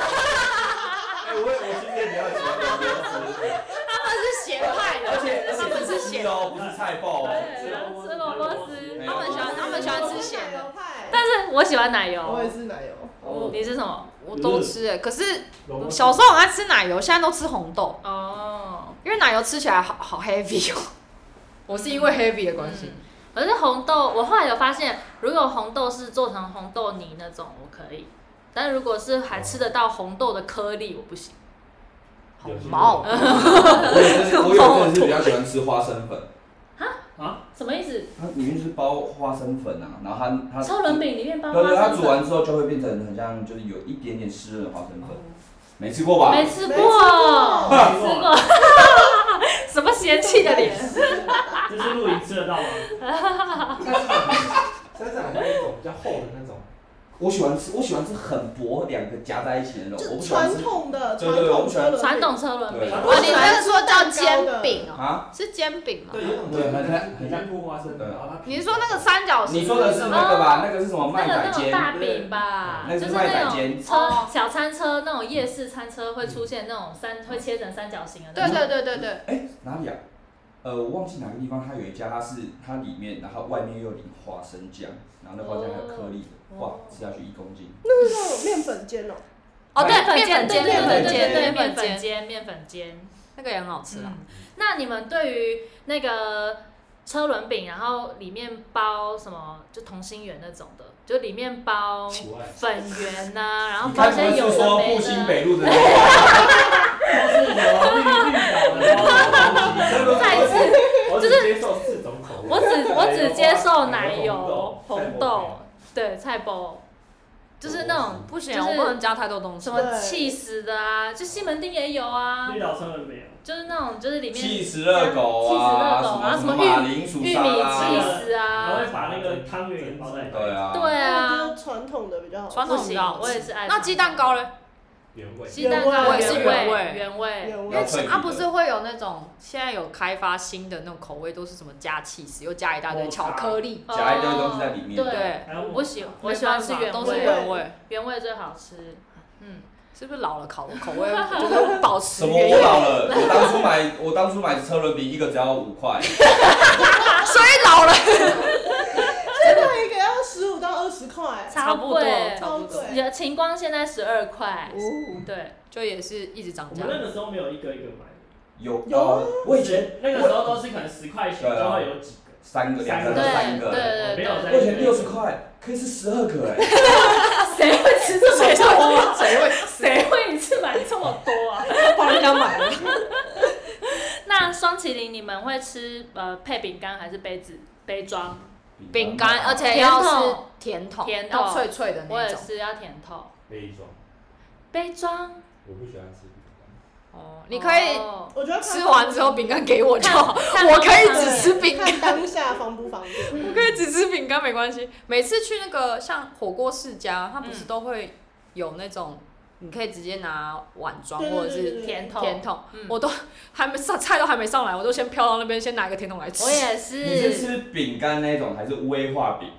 Speaker 4: 哎，我我今天比较喜欢 萝卜丝，
Speaker 2: 他们是邪派的，
Speaker 4: 而且而
Speaker 2: 他们
Speaker 4: 且
Speaker 2: 是
Speaker 4: 是
Speaker 2: 咸
Speaker 4: 鸡的哦，不是菜爆哦。
Speaker 5: 吃萝卜丝
Speaker 1: 吃萝卜丝
Speaker 4: 没。有
Speaker 2: 他们喜欢他们喜欢吃咸的，
Speaker 6: 的，
Speaker 1: 但是我喜欢奶
Speaker 6: 我
Speaker 1: 油
Speaker 6: 也。是奶油。
Speaker 5: 哦
Speaker 1: 你是什么？
Speaker 2: 我都吃哎。可是
Speaker 7: 萝卜丝
Speaker 2: 小时候很爱吃奶油，现在都吃红豆，
Speaker 1: 哦，
Speaker 2: 因为奶油吃起来好好 heavy 哦。我是因为 heavy 的关系
Speaker 1: 嗯，。可是红豆，我后来有发现，如果红豆是做成红豆泥那种，我可以；但如果是还吃得到红豆的颗粒，我不行。
Speaker 2: 好
Speaker 7: 有些
Speaker 2: 毛哦。
Speaker 4: 我有阵我有阵是比较喜欢吃花生粉，
Speaker 5: 啊，
Speaker 1: 什么意思？
Speaker 4: 它里面是包花生粉啊，然后它它
Speaker 1: 车轮饼里面包
Speaker 4: 对对，
Speaker 1: 花
Speaker 4: 它
Speaker 1: 生
Speaker 4: 煮
Speaker 1: 粉？
Speaker 4: 完之后就会变成很像，就是有一点点湿润的花生粉，没吃过吧？
Speaker 1: 没吃
Speaker 6: 没
Speaker 1: 过，
Speaker 6: 吃过
Speaker 1: 没吃过， 什么嫌弃的脸？
Speaker 5: 这是露营吃得到吗？
Speaker 7: 山上还有一种比较厚的那种，
Speaker 4: 我喜欢吃，我喜欢吃很薄两个夹在一起的那种，我
Speaker 6: 就
Speaker 4: 不喜欢
Speaker 6: 传
Speaker 4: 吃
Speaker 6: 统的
Speaker 4: 对对对
Speaker 6: 传统
Speaker 4: 我不喜欢
Speaker 6: 车轮
Speaker 1: 传统车轮饼啊
Speaker 4: 对。
Speaker 2: 哦，你那个说叫煎饼哦，
Speaker 4: 啊。
Speaker 2: 是煎饼吗？
Speaker 7: 对，有一种
Speaker 4: 对很像啊
Speaker 7: 很像铺花生的，然后它皮
Speaker 2: 你是说那个三角形？
Speaker 4: 你说的是那个吧？那个是什么
Speaker 1: 哦那
Speaker 4: 麦
Speaker 1: 个
Speaker 4: 仔
Speaker 1: 那种
Speaker 4: 煎？
Speaker 1: 大饼吧，
Speaker 4: 那
Speaker 1: 就
Speaker 4: 个
Speaker 1: 是
Speaker 4: 是麦
Speaker 1: 那
Speaker 4: 仔
Speaker 1: 种
Speaker 4: 煎。
Speaker 1: 车小餐车那种夜市餐车会出现那种三会切成三角形的那
Speaker 2: 对
Speaker 1: 种。
Speaker 2: 对对对对，
Speaker 4: 哎，哪里啊？呃，我忘记哪个地方，它有一家，它是它里面，然后外面又淋花生酱，然后那花生酱还有颗粒的，哇，吃下去一公斤。
Speaker 6: 那是那种面粉煎哦，
Speaker 2: 哦
Speaker 1: 面粉
Speaker 2: 对，面粉
Speaker 1: 煎，
Speaker 2: 煎，
Speaker 1: 对
Speaker 2: 面
Speaker 1: 对
Speaker 2: 粉
Speaker 1: 对
Speaker 2: 煎，
Speaker 1: 对对，
Speaker 2: 对
Speaker 1: 面
Speaker 2: 面
Speaker 1: 粉
Speaker 2: 粉煎，
Speaker 1: 煎，面粉煎。
Speaker 2: 那个也很好吃啊。
Speaker 1: 嗯，那你们对于那个车轮饼，然后里面包什么，就同心圆那种的，就里面包
Speaker 7: 以外
Speaker 1: 粉圆呐、然后
Speaker 4: 你
Speaker 1: 包
Speaker 4: 该
Speaker 1: 一些
Speaker 4: 不会
Speaker 1: 有
Speaker 4: 是
Speaker 1: 的
Speaker 4: 说
Speaker 1: 没
Speaker 4: 复兴
Speaker 1: 的。
Speaker 4: 北路的那个吧？
Speaker 5: 是什么绿绿岛的包子？
Speaker 1: 再 次
Speaker 7: 我只接受四种口味，
Speaker 4: 嗯
Speaker 1: 我只我只接受奶油、
Speaker 7: 红豆
Speaker 1: 红豆，对菜包，就是那种
Speaker 2: 不行，
Speaker 1: 就是
Speaker 2: 我不能加太多东西。
Speaker 1: 什么气死的啊，就西门町也有啊
Speaker 5: 绿，岛车轮饼，
Speaker 1: 就是那种就是里
Speaker 4: 气
Speaker 1: 面
Speaker 4: 死热狗
Speaker 1: 气
Speaker 4: 啊，
Speaker 1: 死热狗啊
Speaker 4: 什么
Speaker 1: 什么玉
Speaker 4: 马铃薯
Speaker 1: 玉米
Speaker 4: 沙
Speaker 1: 气
Speaker 4: 拉，
Speaker 1: 死
Speaker 5: 它
Speaker 1: 啊，
Speaker 5: 会把那个汤圆也包在里面。
Speaker 4: 对啊，
Speaker 1: 对
Speaker 6: 我觉
Speaker 1: 啊，
Speaker 6: 得传统的比较好，
Speaker 2: 传
Speaker 1: 不
Speaker 2: 统比
Speaker 1: 行
Speaker 2: 较好，吃
Speaker 1: 我也是爱。
Speaker 2: 那鸡蛋糕？嘞？
Speaker 7: 原味，
Speaker 1: 鸡蛋糕
Speaker 6: 原味
Speaker 1: 原味，
Speaker 2: 原
Speaker 1: 原味，
Speaker 6: 原
Speaker 2: 因
Speaker 6: 味
Speaker 2: 为
Speaker 4: 要脆皮的
Speaker 2: 它不是会有那种现在有开发新的那种口味，都是什么加气死，又加一
Speaker 4: 哦
Speaker 2: 大堆巧克力。
Speaker 4: 夹一堆东西在里面。啊
Speaker 1: 哦对
Speaker 2: 对，
Speaker 5: 还有
Speaker 1: 我不喜欢，我喜欢吃
Speaker 2: 没办
Speaker 1: 原
Speaker 2: 法都是
Speaker 1: 味，
Speaker 2: 原味。
Speaker 1: 原味最好吃。嗯，
Speaker 2: 是不是老了口口味 就是保持
Speaker 4: 什么？啊
Speaker 2: 原
Speaker 4: 我
Speaker 2: 味？
Speaker 4: 老了，我当初买我当初买车轮饼一个只要五块，
Speaker 2: 所以老了
Speaker 6: 现在一个要十五到二十块，
Speaker 1: 超
Speaker 2: 不多
Speaker 1: 贵，
Speaker 2: 差不
Speaker 6: 超
Speaker 2: 多
Speaker 6: 贵，
Speaker 1: 有晴光现在十二块，对，
Speaker 2: 就也是一直涨
Speaker 5: 我
Speaker 2: 价
Speaker 5: 们。那个时候没有一个一个买的，
Speaker 4: 有
Speaker 6: 有啊
Speaker 4: 呃我以前
Speaker 5: 那个时候都是可能十块钱就会有几个，
Speaker 4: 三个两
Speaker 5: 三
Speaker 4: 个
Speaker 5: 个
Speaker 4: 三
Speaker 1: 对
Speaker 4: 个，
Speaker 1: 对对对
Speaker 5: 没有，在
Speaker 4: 我以前六十块可以吃十二个哎、
Speaker 1: 谁会吃这么
Speaker 2: 谁
Speaker 1: 多？
Speaker 2: 会谁会
Speaker 1: 谁会一次买这么多啊？
Speaker 2: 帮人家买了？
Speaker 1: 那双麒麟，你们会吃呃配饼干还是杯子杯装？
Speaker 2: 饼干， 而且
Speaker 1: 甜
Speaker 2: 要
Speaker 1: 筒
Speaker 2: 是甜筒，
Speaker 1: 甜筒
Speaker 2: 要脆脆的
Speaker 1: 我
Speaker 2: 那
Speaker 1: 也
Speaker 2: 种。
Speaker 1: 是要甜头
Speaker 7: 杯装，
Speaker 1: 杯装。
Speaker 7: 我不喜欢吃饼干。
Speaker 2: 哦，你可以
Speaker 1: 哦
Speaker 6: 我觉得看
Speaker 2: 吃完之后饼干给我就好，
Speaker 1: 看
Speaker 2: 我可以
Speaker 1: 看
Speaker 2: 只吃饼干
Speaker 6: 看，当下方不 方便。
Speaker 2: 我可以只吃饼干没关系。每次去那个像火锅世家，它不是
Speaker 1: 嗯
Speaker 2: 都会有那种。你可以直接拿碗装
Speaker 6: 对对
Speaker 2: 或者
Speaker 6: 对
Speaker 2: 是
Speaker 6: 对
Speaker 1: 甜筒，
Speaker 2: 甜筒，
Speaker 1: 嗯
Speaker 2: 我都还没上菜都还没上来，我都先飘到那边先拿一个甜筒来吃。
Speaker 1: 我也
Speaker 4: 你是
Speaker 1: 是。
Speaker 4: 吃饼干那种还是威化饼？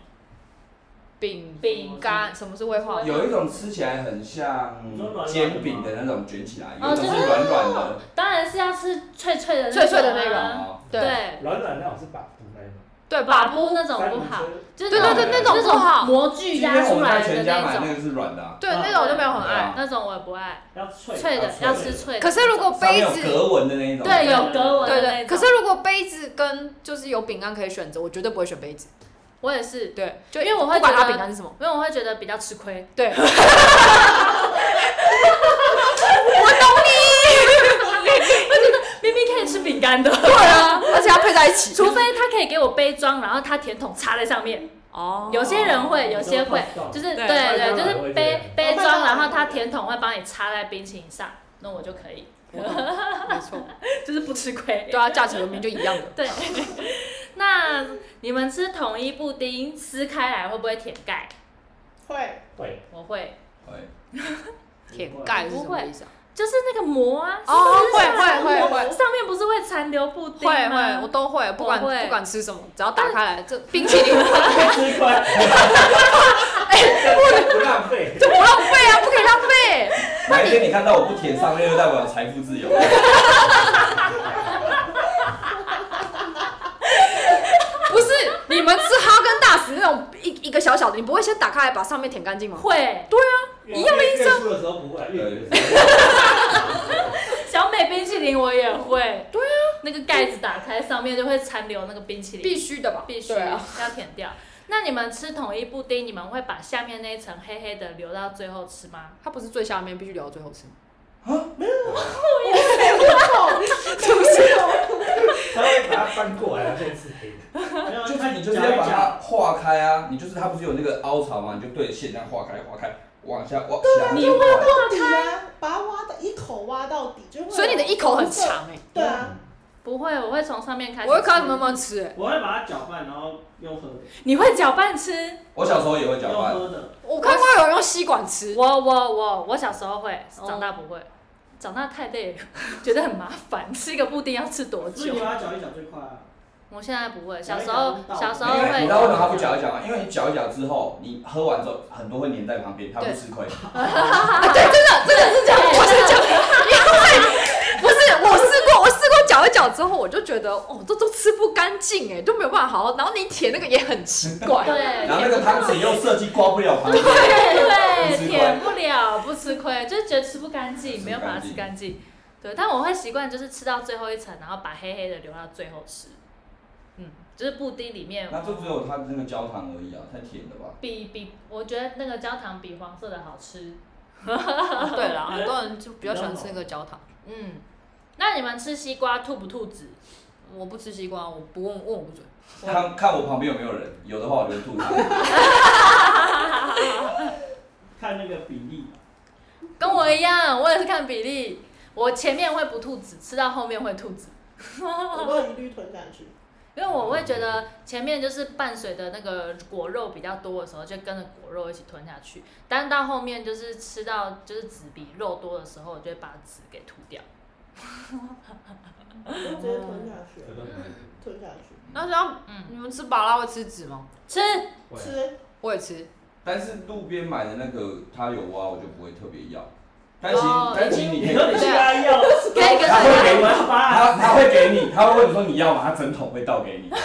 Speaker 2: 饼
Speaker 1: 饼
Speaker 2: 干，什么是威化饼？
Speaker 4: 有一种吃起来很像
Speaker 5: 你说软软的吗
Speaker 4: 煎饼的那种卷起来，有
Speaker 1: 哦
Speaker 4: 一种是软软的，
Speaker 1: 当然是要吃脆脆的、
Speaker 2: 脆脆的那个
Speaker 1: 啊。
Speaker 4: 哦
Speaker 2: 对
Speaker 1: 对，
Speaker 7: 软软那种是把布那一种，
Speaker 2: 对
Speaker 1: 把
Speaker 2: 吧？
Speaker 1: 布那种不好，就是
Speaker 2: 对
Speaker 1: 那
Speaker 2: 对
Speaker 1: 种
Speaker 2: 对，那种不好。
Speaker 1: 模具
Speaker 4: 今
Speaker 1: 压
Speaker 4: 天我
Speaker 1: 出
Speaker 4: 们在
Speaker 1: 来的
Speaker 4: 全家买
Speaker 1: 那
Speaker 4: 那
Speaker 1: 种，
Speaker 4: 个是软的啊，
Speaker 2: 对，那种我就没有很爱。
Speaker 4: 啊
Speaker 1: 那种我也不爱。
Speaker 5: 要脆
Speaker 1: 脆的
Speaker 4: 脆的
Speaker 1: 要吃脆的。
Speaker 2: 可是如果
Speaker 4: 上面
Speaker 2: 杯
Speaker 4: 有
Speaker 2: 子，
Speaker 4: 格纹的那一种。
Speaker 1: 对有格纹
Speaker 2: 对
Speaker 1: 的
Speaker 2: 对，
Speaker 1: 那种，
Speaker 2: 可是如果杯子跟就是有饼干可以选择，我绝对不会选杯子。
Speaker 1: 我也是，
Speaker 2: 对，就
Speaker 1: 因为我会
Speaker 2: 不管
Speaker 1: 觉
Speaker 2: 它
Speaker 1: 得
Speaker 2: 饼干是什么，
Speaker 1: 因为我会觉得比较吃亏。
Speaker 2: 对，
Speaker 1: 明明可以吃饼干的，
Speaker 2: 对啊，而且要配在一起。
Speaker 1: 除非他可以给我杯装，然后他甜筒插在上面。
Speaker 2: 哦
Speaker 1: 有些人会，有些会，就是对
Speaker 2: 对
Speaker 1: 对，
Speaker 7: 麦当劳
Speaker 1: 就是
Speaker 7: 会这
Speaker 1: 杯
Speaker 7: 样
Speaker 1: 杯
Speaker 6: 哦麦当
Speaker 1: 装，
Speaker 6: 劳
Speaker 1: 然后他甜筒会帮你插在冰淇淋上，那我就可以，
Speaker 2: 没错，
Speaker 1: 就是不吃亏。
Speaker 2: 对啊，价值文明就一样的。
Speaker 1: 对， 那你们吃统一布丁撕开来会不会舔盖？
Speaker 6: 会，
Speaker 7: 会
Speaker 1: 我会，
Speaker 4: 哎
Speaker 2: 舔 盖是什么意思啊？
Speaker 1: 就是那个膜啊，
Speaker 2: 哦
Speaker 1: 撕下来
Speaker 2: 会会
Speaker 1: 的
Speaker 2: 会
Speaker 1: 膜上面不是会残留布丁
Speaker 2: 会
Speaker 1: 吗？
Speaker 2: 会，我都会，不管
Speaker 1: 我会
Speaker 2: 不管吃什么，只要打开来，这冰淇淋就
Speaker 5: 吃 亏，
Speaker 1: 哎
Speaker 7: 不浪费。
Speaker 2: 不浪费啊，不可以浪费。
Speaker 4: 哪一天你看到我不舔上面，就代表财富自由。
Speaker 2: 不是你们吃哈根达斯那种一一个小小的，你不会先打开来把上面舔干净吗？
Speaker 1: 会
Speaker 5: 一样的意思。月初的时候不会，月初的时候
Speaker 1: 小美冰淇淋我也会，对啊，那个盖子打开上面就会残留那个冰淇淋，
Speaker 2: 必须的吧，
Speaker 1: 必须
Speaker 2: 对啊。
Speaker 1: 要舔掉。那你们吃统一布丁，你们会把下面那一层黑黑的留到最后吃吗？
Speaker 2: 它不是最下面，必须留到最后吃吗。
Speaker 4: 啊
Speaker 7: 他会把它翻过来，然后变成黑的。
Speaker 5: 没有
Speaker 4: 就是你就是要把它化开啊，你就是它不是有那个凹槽嘛，你就对线这样化开，化开，往下往下。你
Speaker 6: 挖底啊，把它挖到一口挖到底就会。
Speaker 2: 所以你的一口很。长 哎、
Speaker 6: 对啊，
Speaker 1: 不会，我会从上面开始。
Speaker 2: 嗯我会看到你慢。慢吃哎、
Speaker 5: 我会把它搅拌，然后用喝的，
Speaker 1: 你会搅拌吃？
Speaker 4: 我小时候也会搅
Speaker 5: 用
Speaker 4: 拌，
Speaker 5: 喝的，
Speaker 2: 我看过有人用吸管吃，
Speaker 1: 我我我我小时候会，
Speaker 2: 哦
Speaker 1: 长大不会。长大太累了， 觉得很麻烦。吃一个布丁要吃多
Speaker 5: 所以
Speaker 1: 久
Speaker 5: 你？把它搅一搅最快啊。
Speaker 1: 我现在不会，小时候
Speaker 5: 你还敢
Speaker 1: 小时候
Speaker 4: 因为你
Speaker 1: 会
Speaker 4: 知，道为什么它不搅一搅吗？因为你搅一搅之后，你喝完之后很多会粘在旁边，它不
Speaker 2: 对
Speaker 4: 吃亏。
Speaker 2: 啊，对，真的真的是这样，我是这样，因为不是我试过，我试过搅一搅之后，我就觉得哦，这都吃不干净哎，都没有办法好好，然后你舔那个也很奇怪，
Speaker 1: 对
Speaker 4: 然后那个汤匙又设计刮不了旁边，
Speaker 1: 对
Speaker 4: 不
Speaker 1: 对，
Speaker 4: 吃亏
Speaker 1: 舔不了，不吃亏，就是觉得吃不干净，
Speaker 4: 吃不干净
Speaker 1: 没有把它吃干净。对，但我会习惯就是吃到最后一层，然后把黑黑的留到最后吃。嗯，就是布丁里面，
Speaker 4: 那就只有它那个焦糖而已啊，太甜了吧？
Speaker 1: 比比，我觉得那个焦糖比黄色的好吃。
Speaker 2: 对 啦，很多人就比较喜欢吃那个焦糖，
Speaker 1: 嗯，那你们吃西瓜吐不吐籽？
Speaker 2: 我不吃西瓜，我不问问我不准，
Speaker 4: 看看我旁边有没有人，有的话我就吐它。
Speaker 5: 看那个比例，
Speaker 1: 跟我一样，我也是看比例。我前面会不吐籽，吃到后面会吐籽，嗯
Speaker 6: 我都一律吞下去。
Speaker 1: 因为我会觉得前面就是伴随的那个果肉比较多的时候，就跟着果肉一起吞下去。但到后面就是吃到就是籽比肉多的时候，我就会把籽给吐掉。
Speaker 6: 我直接吞下去，吞下去，
Speaker 2: 那像
Speaker 1: 嗯，
Speaker 2: 你们吃芭拉会吃籽吗？
Speaker 1: 吃
Speaker 7: 会
Speaker 6: 吃
Speaker 2: 我也吃，
Speaker 4: 但是路边买的那个它有蛙，我就不会特别要。但其实
Speaker 1: 哦
Speaker 4: 但其实你可
Speaker 5: 你
Speaker 4: 以
Speaker 5: 说，你是要要，
Speaker 1: 可以跟
Speaker 4: 他
Speaker 1: 大家
Speaker 4: 会给
Speaker 5: 我要把
Speaker 4: 他他会给你，他会问你说你要吗？他整桶会倒给你，
Speaker 5: 别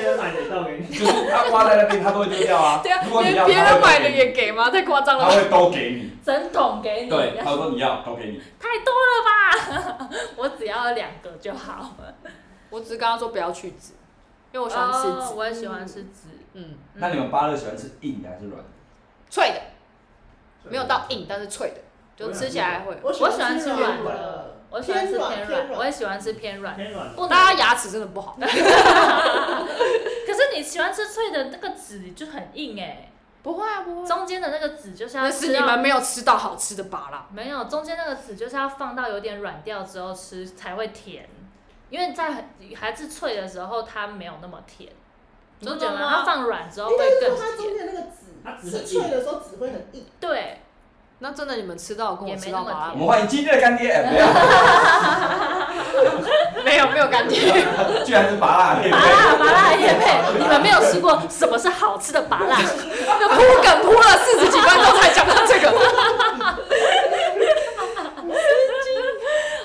Speaker 5: 人买的倒给 你，
Speaker 4: 就是他挖在那边，他都会丢掉啊。
Speaker 2: 对啊
Speaker 4: 如果，你
Speaker 2: 连
Speaker 4: 要，
Speaker 2: 别人
Speaker 4: 他
Speaker 2: 买
Speaker 4: 会
Speaker 2: 的
Speaker 4: 都给
Speaker 2: 也嗯给吗？太夸张
Speaker 4: 你，
Speaker 2: 了吧，
Speaker 4: 他会都给你。
Speaker 1: 整桶给你，
Speaker 4: 对，他说你要都给你。
Speaker 1: 太多了吧？ 我只要两个就好。
Speaker 2: 我只是跟他说不要去籽，因为
Speaker 1: 我
Speaker 2: 我喜欢吃籽，
Speaker 1: 哦我也喜欢吃籽。
Speaker 2: 嗯，
Speaker 4: 那你们芭乐喜欢吃硬的还是软的？
Speaker 2: 脆的，没有到硬，但是脆的，就吃起来会。
Speaker 6: 我
Speaker 1: 我喜欢吃
Speaker 6: 软
Speaker 1: 软的，我喜欢吃偏
Speaker 6: 偏软偏
Speaker 1: 软，
Speaker 6: 软
Speaker 1: 我也喜欢吃偏软。
Speaker 5: 偏软的
Speaker 1: 不能
Speaker 2: 大家牙齿真的不好，
Speaker 1: 可是你喜欢吃脆的那个籽就很硬哎、
Speaker 2: 不会啊，不会
Speaker 1: 中间的那个籽就是要
Speaker 2: 那是
Speaker 1: 吃
Speaker 2: 你
Speaker 1: 到
Speaker 2: 们没有吃到好吃的芭拉，
Speaker 1: 没有，中间那个籽就是要放到有点软掉之后吃才会甜，因为在很还是脆的时候它没有那么甜，你不觉得
Speaker 2: 真的
Speaker 1: 吗？
Speaker 2: 吗
Speaker 1: 它放软之后
Speaker 6: 应
Speaker 1: 会
Speaker 6: 该是说它
Speaker 1: 更
Speaker 6: 中
Speaker 1: 甜，
Speaker 6: 间那个
Speaker 5: 它
Speaker 6: 籽
Speaker 5: 籽很
Speaker 6: 是脆的时候籽会很硬，
Speaker 1: 对，
Speaker 2: 那真的你们吃到跟我吃到
Speaker 1: 也
Speaker 2: 芭
Speaker 4: 我
Speaker 1: 没
Speaker 4: 们欢迎今天的干爹，哎没有，
Speaker 2: 拉，没有没有干爹，
Speaker 4: 居然是拔蜡，可以
Speaker 1: 拔辣拔辣也配，你们没有吃过什么是好吃的拔辣？
Speaker 2: 就铺梗铺了四十几分钟才讲到这 个，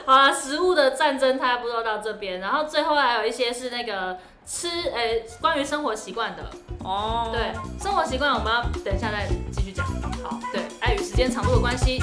Speaker 1: 好啊，食物的战争它不多到这边，然后最后还有一些是那个吃，诶、关于生活习惯的，
Speaker 2: 哦
Speaker 1: 对，生活习惯我们要等一下再继续讲。好，对，碍于时间长度的关系，